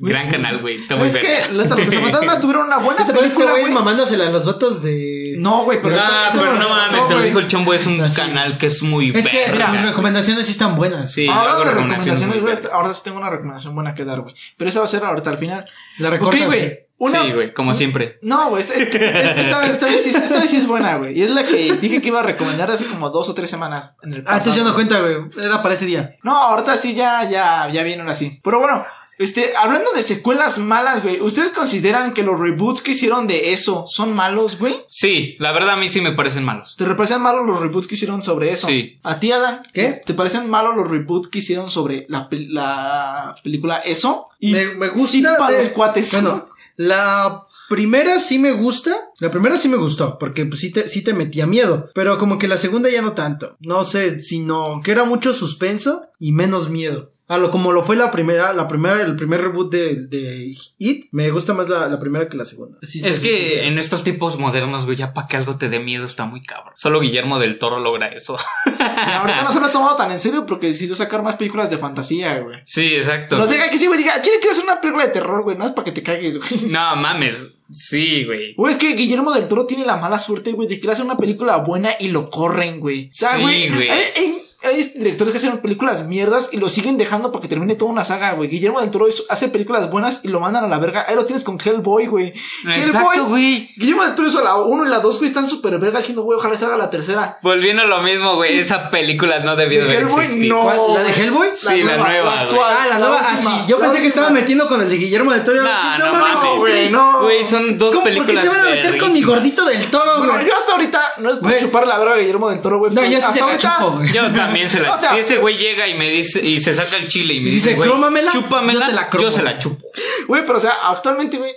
S1: Gran canal, güey. Está muy
S3: Es
S1: verga.
S3: que los fantasmas tuvieron una
S2: ¿Qué
S3: buena
S2: te parece, este
S3: película,
S2: güey,
S3: güey.
S2: mamándosela a los vatos de...
S3: No, güey, pero.
S1: Ah,
S3: eso- eso
S1: pero no mames, te lo
S3: güey. Ah,
S1: dijo el chombo, es un
S2: Así.
S1: canal que es muy
S2: Es que, mira,
S1: verga.
S2: mis recomendaciones sí están buenas.
S1: Sí,
S3: Ahora
S1: luego
S3: de
S1: recomendaciones
S3: recomendaciones,
S1: muy
S3: güey.
S1: verga.
S3: Ahora sí tengo una recomendación buena que dar, güey. Pero esa va a ser ahorita al final.
S2: La
S3: Ok,
S2: recortas,
S3: güey. Una,
S1: Sí, güey, como siempre.
S3: No, güey, esta, esta- esta- esta vez, sí- esta vez sí es buena, güey. Y es la que dije que iba a recomendar hace como dos o tres semanas. En el
S2: Ah, esto
S3: pasado.
S2: ya no cuenta, güey. Era para ese día.
S3: No, ahorita sí ya, ya, ya vienen así. Pero bueno,
S2: Ah,
S3: este, hablando de secuelas malas, güey, ¿ustedes consideran que los reboots que hicieron de eso son malos, güey?
S1: Sí, la verdad a mí sí me parecen malos.
S3: ¿Te parecen malos los reboots que hicieron sobre eso?
S1: Sí.
S3: ¿A ti, Alan?
S2: ¿Qué?
S3: ¿Te parecen malos los reboots que hicieron sobre la, pel- la película eso? Y
S2: me, me gusta.
S3: y para
S2: eh,
S3: los cuates.
S2: Bueno, la primera sí me gusta. La primera sí me gustó, porque pues, sí, te, sí te metía miedo. Pero como que la segunda ya no tanto. No sé, sino que era mucho suspenso y menos miedo. A lo como lo fue la primera, la primera, el primer reboot de, de It, me gusta más la, la primera que la segunda. Sí,
S1: Es
S2: sí, sí, sí.
S1: que en estos tipos modernos, güey, ya para que algo te dé miedo está muy cabrón. Solo Guillermo del Toro logra eso. (laughs)
S3: Mira, (laughs) ahorita no se lo ha tomado tan en serio porque decidió sacar más películas de fantasía, güey.
S1: Sí, exacto.
S3: No
S1: güey.
S3: diga que sí, güey. Diga, chile, quiero hacer una película de terror, güey. Nada más para que te cagues, güey.
S1: No mames. Sí, güey.
S3: Güey, es que Guillermo del Toro tiene la mala suerte, güey, de que le hace una película buena y lo corren, güey. O sea,
S1: Sí,
S3: güey.
S1: güey.
S3: eh, en- hay directores que hacen películas mierdas y lo siguen dejando para que termine toda una saga, güey. Guillermo del Toro hizo- hace películas buenas y lo mandan a la verga. Ahí lo tienes con Hellboy, güey.
S1: Exacto, güey.
S3: Guillermo del Toro hizo la 1 y la 2, güey, están súper verga diciendo, güey, ojalá se haga la tercera.
S1: Volviendo a lo mismo, güey. Esa película no debió haber
S3: Hellboy,
S1: existido.
S3: no.
S2: ¿Cuál? ¿La de Hellboy?
S1: Sí, Oh, la nueva,
S3: actual,
S2: Ah, la nueva. Ah, sí.
S3: última,
S2: Yo
S3: la
S2: pensé que
S3: última.
S2: estaba metiendo con el de Guillermo del Toro.
S1: No, no mames.
S3: güey, no.
S1: Güey, son dos
S2: ¿Cómo, ¿Por qué
S1: películas.
S2: se van a meter con mi
S1: verguísimas.
S2: gordito del toro,
S3: Bueno,
S2: güey?
S3: yo hasta ahorita no es por
S2: Güey.
S3: chupar la verga a Guillermo del Toro, güey.
S2: No,
S3: pero
S2: yo sí
S3: hasta
S2: se la
S3: ahorita-
S2: chupo, güey.
S1: Yo también se
S2: (laughs)
S1: la.
S3: O sea,
S1: si ese güey llega y me dice y se saca el chile y me dice,
S2: Dice,
S1: güey,
S2: "Crómamela",
S1: chúpamela,
S2: yo te la
S1: yo
S2: cromo.
S1: se la chupo.
S3: Güey, pero o sea, actualmente, güey.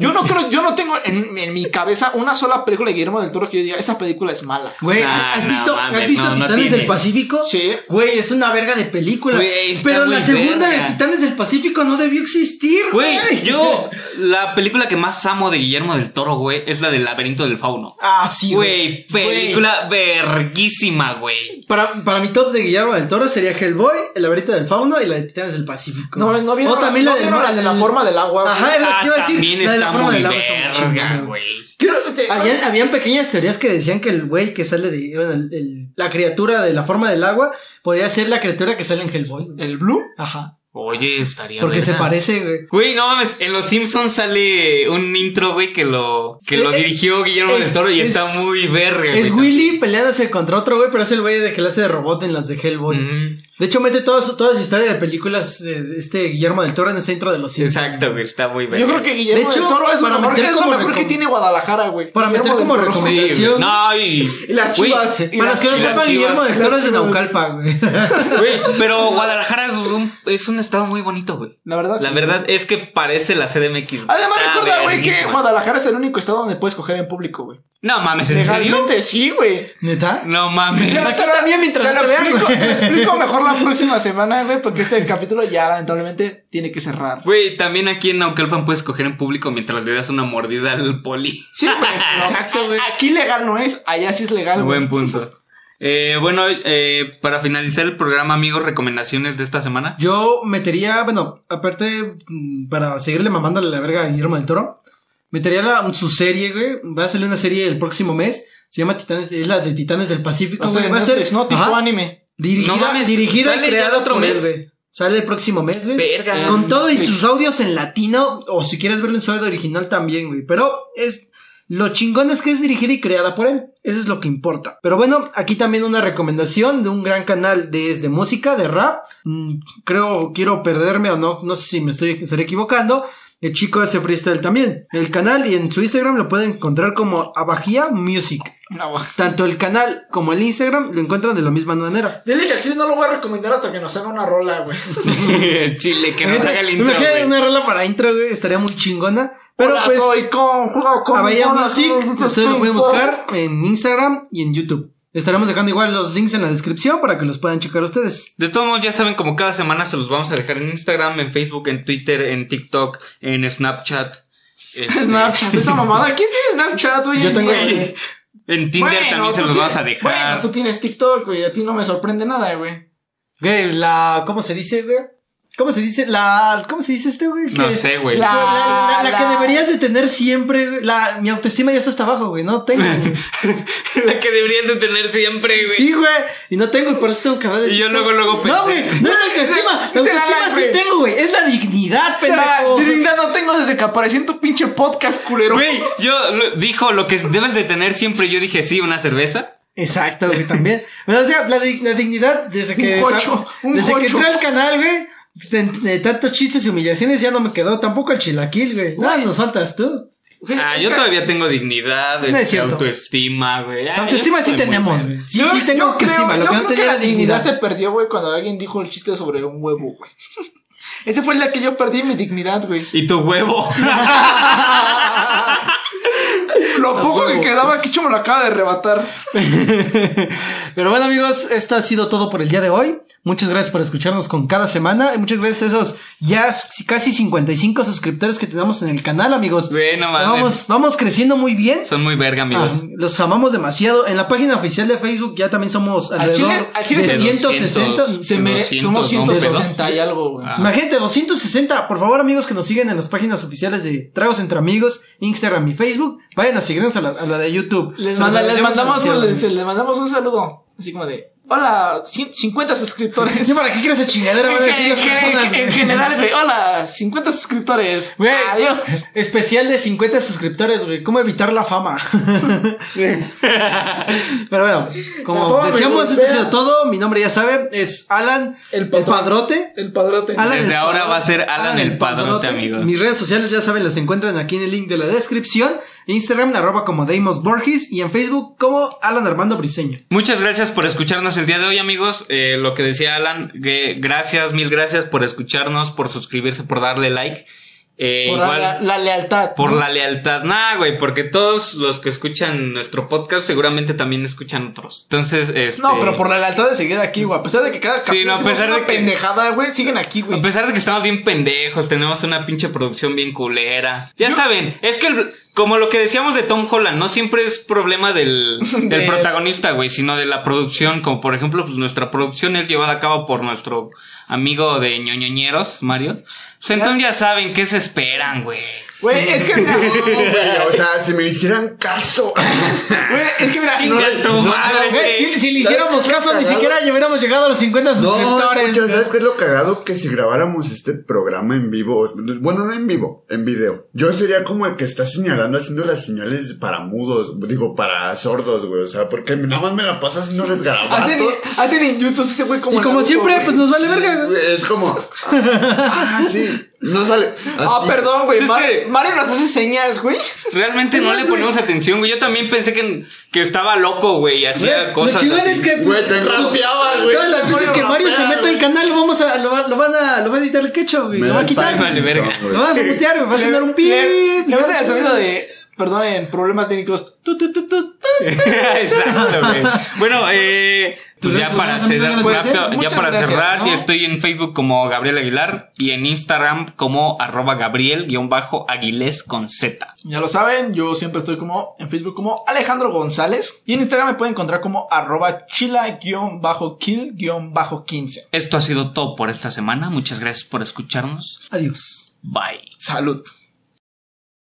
S3: Yo no creo, yo no tengo en, en mi cabeza una sola película de Guillermo del Toro que yo diga, esa película es mala.
S2: Güey,
S1: Nah,
S2: ¿has
S1: no
S2: visto,
S1: mames,
S2: ¿has visto
S1: no, no
S2: Titanes
S1: tiene.
S2: del Pacífico?
S3: Sí.
S2: Güey, es una verga de película.
S1: Güey, está
S2: Pero la
S1: muy
S2: segunda
S1: verga.
S2: de Titanes del Pacífico no debió existir, güey.
S1: Güey, yo la película que más amo de Guillermo del Toro, güey, es la del Laberinto del Fauno.
S2: Ah, sí, güey.
S1: Güey, película verguísima, güey.
S2: Para, para mi top de Guillermo del Toro sería Hellboy, El laberinto del fauno y la de Titanes del Pacífico.
S3: No, no vieron,
S2: O también
S3: la,
S2: la,
S3: no
S2: del
S3: vieron
S2: mar-
S3: la de la forma del agua. güey.
S2: Ajá, es lo que
S1: Ah,
S2: te iba a decir.
S1: también
S2: la de la
S1: está
S2: forma
S1: muy
S2: del agua está muy
S1: verga,
S2: chingona,
S1: güey.
S3: Quiero que te-
S2: Habían, habían pequeñas teorías que decían que el güey que sale de bueno, el- el- la criatura de la forma del agua podría ser la criatura que sale en Hellboy. güey.
S3: ¿El Blue?
S2: Ajá.
S1: Oye, estaría
S2: Porque se
S1: verga.
S2: parece, güey.
S1: Güey, no mames, en Los Simpsons sale un intro, güey, que lo, que lo
S3: Eh,
S1: dirigió Guillermo
S3: es-
S1: del Toro y
S3: es-
S1: está muy verga.
S2: Es
S1: güey.
S2: Willy peleándose contra otro güey, pero es el güey de que le hace de robot en las de Hellboy.
S3: Mm.
S1: Ujú.
S2: De hecho, mete toda su, toda su historia de películas eh, de este Guillermo del Toro en el centro de los Simpsons.
S1: Exacto, güey, está muy verga.
S3: Yo creo que Guillermo
S2: De hecho,
S3: del Toro es lo
S2: para
S3: mejor, que,
S2: meter
S3: es lo
S2: como
S3: mejor que
S2: recom-
S3: tiene Guadalajara, güey.
S2: Para meter
S3: Guillermo del
S2: como
S3: Toro.
S2: recom-
S1: Sí, güey.
S2: recomendación.
S1: No, y...
S3: Y las
S1: güey,
S3: chivas. y
S2: Para
S3: las
S2: los que no
S1: chivas,
S2: sepan, Guillermo
S1: chivas,
S2: del Toro es de
S3: chivas.
S2: Naucalpa, güey. (laughs)
S1: Güey, pero Guadalajara es un, es un estado muy bonito, güey.
S3: La verdad.
S1: La
S3: Ah, sí.
S1: verdad es que parece la CDMX. güey.
S3: Además,
S1: Está
S3: recuerda, güey, que
S1: verguísima.
S3: Guadalajara es el único estado donde puedes coger en público, güey.
S1: No mames, ¿en serio?
S3: Legalmente sí, güey.
S2: ¿Neta?
S1: No mames.
S3: Ya,
S2: Aquí
S3: te la-
S2: también mientras
S3: te lo
S2: no te vean,
S3: explico,
S2: güey.
S3: te lo explico mejor la próxima semana, güey, porque este capítulo ya lamentablemente tiene que cerrar.
S1: Güey, también aquí en Naucalpan puedes coger en público mientras le das una mordida al poli.
S3: Sí, (laughs) güey. Exacto,
S2: Exacto,
S3: güey.
S2: güey.
S3: Aquí legal no es, allá sí es legal, güey.
S1: Buen punto. Eh, bueno, eh, para finalizar el programa, amigos, recomendaciones de esta
S2: (laughs)
S1: semana. (laughs)
S2: Yo metería, bueno, aparte, mm, para seguirle mamándole la verga a Guillermo del Toro, metería la- su serie, güey. Va a salir una serie el próximo mes. Se llama Titanes, es la de Titanes del Pacífico,
S3: O sea,
S2: güey.
S3: en
S2: Va a ser
S3: Netflix, no tipo
S2: ajá,
S3: anime.
S2: dirigida,
S1: No mames,
S2: dirigida
S1: ¿sale
S2: y
S1: ya
S2: creada
S1: el otro
S2: otro mes.
S1: mes?
S2: Sale el próximo mes, güey.
S1: Verga.
S2: Con todo y
S3: Netflix.
S2: sus audios en latino, o si quieres verlo en su audio original también, güey. Pero es lo chingón es que es dirigida y creada por él. Eso es lo que importa. Pero bueno, aquí también una recomendación de un gran canal de, es de música, de rap. Mm, creo, quiero perderme o no, no sé si me estoy estaré equivocando. El chico hace freestyle también. El canal y en su Instagram lo pueden encontrar como Abajía Music.
S3: No, güey.
S2: Tanto el canal como el Instagram lo encuentran de la misma manera.
S3: Dile que al chile no lo voy a recomendar hasta que nos haga una rola, güey.
S1: Chile, que nos
S2: Imagínate-
S1: haga el intro.
S2: imagínate
S1: güey.
S2: una rola para intro, güey, estaría muy chingona. Pero
S3: Hola,
S2: pues.
S3: soy con, juego con.
S2: Abella
S3: hola,
S2: Music,
S3: soy-
S2: ustedes lo pueden buscar en Instagram y en YouTube. Estaremos dejando igual los links en la descripción para que los puedan checar ustedes.
S1: De todos modos, ya saben, como cada semana se los vamos a dejar en Instagram, en Facebook, en Twitter, en TikTok, en Snapchat, este,
S3: Snapchat, (laughs) esa mamada. ¿Quién tiene Snapchat, güey?
S2: Yo tengo-
S3: Güey.
S1: en Tinder
S3: Bueno,
S1: también se
S3: tú
S1: los
S3: tienes-
S1: vamos a
S3: Bueno,
S1: dejar.
S3: tú tienes TikTok, güey. A ti no me sorprende nada, güey.
S2: Güey, la. ¿Cómo se dice, güey? ¿Cómo se dice? La. ¿Cómo se dice este, güey?
S1: no
S2: Que-
S1: sé, güey.
S2: La,
S3: La-
S2: la- la que
S3: la-
S2: deberías de tener siempre, güey. La, mi autoestima ya está hasta abajo, güey. No
S1: (laughs)
S2: tengo. güey.
S1: La que deberías de tener siempre, güey.
S2: Sí, güey. Y no tengo, y por eso tengo que hablar de
S1: Y yo
S2: TikTok.
S1: luego, luego pensé.
S2: No, güey. No es la
S1: (laughs)
S2: autoestima. La
S3: Será la-
S2: autoestima sí
S3: güey.
S2: tengo, güey. Es la dignidad,
S3: Será,
S2: pendejo.
S3: Linda, no tengo desde que apareció en tu pinche podcast, culero.
S1: Güey, yo lo- dijo lo que debes de tener siempre. Yo dije, sí, una cerveza.
S2: Exacto, güey, también. Bueno, o sea, la, dig- la dignidad desde que.
S3: Un jocho, un
S2: desde que
S3: jocho.
S2: entré al canal, güey. De, de tantos chistes y humillaciones ya no me quedó. Tampoco el chilaquil, güey. No, nos faltas tú.
S3: Güey,
S1: Ah, yo
S3: (laughs) nunca-
S1: todavía tengo dignidad,
S2: es
S1: este,
S2: cierto.
S1: autoestima, güey. Ah,
S2: La autoestima
S1: yo
S2: sí
S1: soy muy
S2: tenemos,
S1: bueno.
S2: güey. Sí, sí tengo
S3: creo-
S2: autoestima.
S3: yo
S2: lo que no
S3: creo
S2: tenía
S3: la
S2: era dignidad.
S3: se perdió, güey, cuando alguien dijo el chiste sobre un huevo, güey. (laughs) Esa fue la que yo perdí mi dignidad, güey.
S1: Y tu huevo.
S3: Lo poco que
S2: huevo.
S3: quedaba, Kicho me lo acaba de arrebatar.
S2: (laughs) Pero bueno, amigos, esto ha sido todo por el día de hoy. Muchas gracias por escucharnos con cada semana. Y muchas gracias a esos ya s- casi 55 suscriptores que tenemos en el canal,
S1: (laughs)
S2: amigos.
S1: Güey, no mames.
S2: Vamos, vamos creciendo muy bien.
S1: Son muy verga, amigos.
S2: Ah, los amamos demasiado. En la página oficial de Facebook ya también somos
S3: Al
S2: alrededor
S3: chile- al chile
S2: de
S3: se-
S2: 160.
S1: doscientos.
S3: Se mere-
S1: 200,
S3: somos
S1: ¿no? Pesos.
S3: 160 y algo, güey.
S1: Ah.
S2: Imagínate, 260. Por favor, amigos que nos siguen en las páginas oficiales de Tragos Entre Amigos, Instagram y Facebook, vayan a seguirnos a la, a la de YouTube.
S3: Les,
S2: Se los
S3: manda- les
S2: agradecemos
S3: mandamos,
S2: demasiado.
S3: les, les mandamos un saludo. Así como de. Hola, 150 suscriptores.
S2: Sí, ¿Para qué quieres esa chingadera? Van a decir
S3: En,
S2: las
S3: gen-
S2: personas.
S3: en
S2: güey.
S3: general, güey. Hola, 50 suscriptores.
S2: Güey.
S3: Adiós.
S2: Especial de 50 suscriptores, güey. ¿Cómo evitar la fama? (laughs) Pero bueno,
S3: La
S2: como
S3: fama me
S2: decíamos, esto ha
S3: golpea.
S2: sido todo. Mi nombre ya saben, es Alan
S3: El
S2: el
S3: padrote.
S2: Padrote.
S3: El padrote.
S2: Alan
S1: Desde
S2: el
S1: ahora
S2: Padrote.
S1: va a ser Alan el Padrote, amigos.
S2: Mis redes sociales, ya saben, las encuentran aquí en el link de la descripción. Instagram, arroba como Deimos Borges. Y en Facebook, como Alan Armando Briseño.
S1: Muchas gracias por escucharnos el día de hoy, amigos. Eh, lo que decía Alan, que gracias, mil gracias por escucharnos, por suscribirse, por darle like. Eh,
S3: Por
S1: igual,
S3: la, la lealtad.
S1: por
S3: ¿no?
S1: la lealtad. Nah, güey, porque todos los que escuchan nuestro podcast seguramente también escuchan otros. Entonces, este,
S3: No, pero por la lealtad de seguir aquí, güey. A pesar de que cada capítulo
S1: no, a
S3: hacemos
S1: pesar
S3: una
S1: de que-
S3: pendejada, güey, siguen aquí, güey.
S1: A pesar de que estamos bien pendejos, tenemos una pinche producción bien culera. Ya
S3: Yo-
S1: saben, es que el- como lo que decíamos de Tom Holland, no siempre es problema del, del
S3: De-
S1: protagonista, güey, sino de la producción. Como por ejemplo, pues nuestra producción es llevada a cabo por nuestro amigo de ñoñoñeros, Mario. Pues, entonces ya saben qué se esperan, güey.
S3: Güey, es
S1: (laughs)
S3: que mira,
S4: No, güey, o sea, si me hicieran caso.
S3: güey, es que mira,
S1: Chinga
S3: no-
S1: tu
S3: no-
S1: madre,
S3: güey,
S1: güey.
S2: Si, si le
S4: ¿Sabes
S2: hiciéramos
S4: qué es lo
S2: caso, ni
S4: cagado?
S2: siquiera ya hubiéramos llegado a los 50
S4: No,
S2: suscriptores.
S4: escucha, ¿sabes qué es lo cagado? Que si grabáramos este programa en vivo, o- bueno, no en vivo, en video, yo sería como el que está señalando, haciendo las señales para mudos, digo, para sordos, güey, o sea, porque nada más me la paso haciéndoles
S3: Hacen,
S4: garabatos.
S3: hacen injustos ese güey como.
S2: y como
S3: Naruto,
S2: siempre,
S3: güey.
S2: pues nos vale verga. güey.
S4: Es como, ah, sí, no sale.
S3: Ah,
S4: así.
S3: perdón, güey.
S1: Pues es
S3: Mar-
S1: que-
S3: Mario nos hace señas, güey.
S1: Realmente no le ponemos atención, güey. Yo también pensé que, que estaba loco, güey, y hacía
S2: Lo
S1: cosas.
S2: chingón
S1: así.
S2: es que
S4: Güey,
S2: pues,
S4: te rapeabas, güey.
S2: todas las veces que Mario se mete al canal lo vamos a lo, va- lo van a lo va a editar el quecho, güey.
S4: Me
S2: Lo va a
S4: da
S2: quitar.
S4: pan,
S1: Vale, verga.
S4: güey.
S2: Lo vas a mutear, güey. Va a sonar un pip.
S3: Le,
S2: y
S3: le meten
S2: ya.
S3: el sonido de. Perdonen, problemas técnicos. Tu, tu, tu, tu, tu.
S1: (laughs) Exacto, güey. Bueno, eh, pues
S2: Tus
S1: ya
S2: redes
S1: para
S2: sociales,
S1: cerrar,
S2: amigos,
S1: rápido,
S3: gracias,
S1: ya
S3: muchas
S1: para
S3: gracias,
S1: cerrar,
S3: ¿no?
S1: yo estoy en Facebook como Gabriel Aguilar y en Instagram como arroba Gabriel guión bajo Aguilés con Z.
S3: Ya lo saben, yo siempre estoy como en Facebook como Alejandro González. Y en Instagram me pueden encontrar como arroba chila-kill-15.
S1: Esto ha sido todo por esta semana. Muchas gracias por escucharnos.
S2: Adiós.
S1: Bye.
S3: Salud.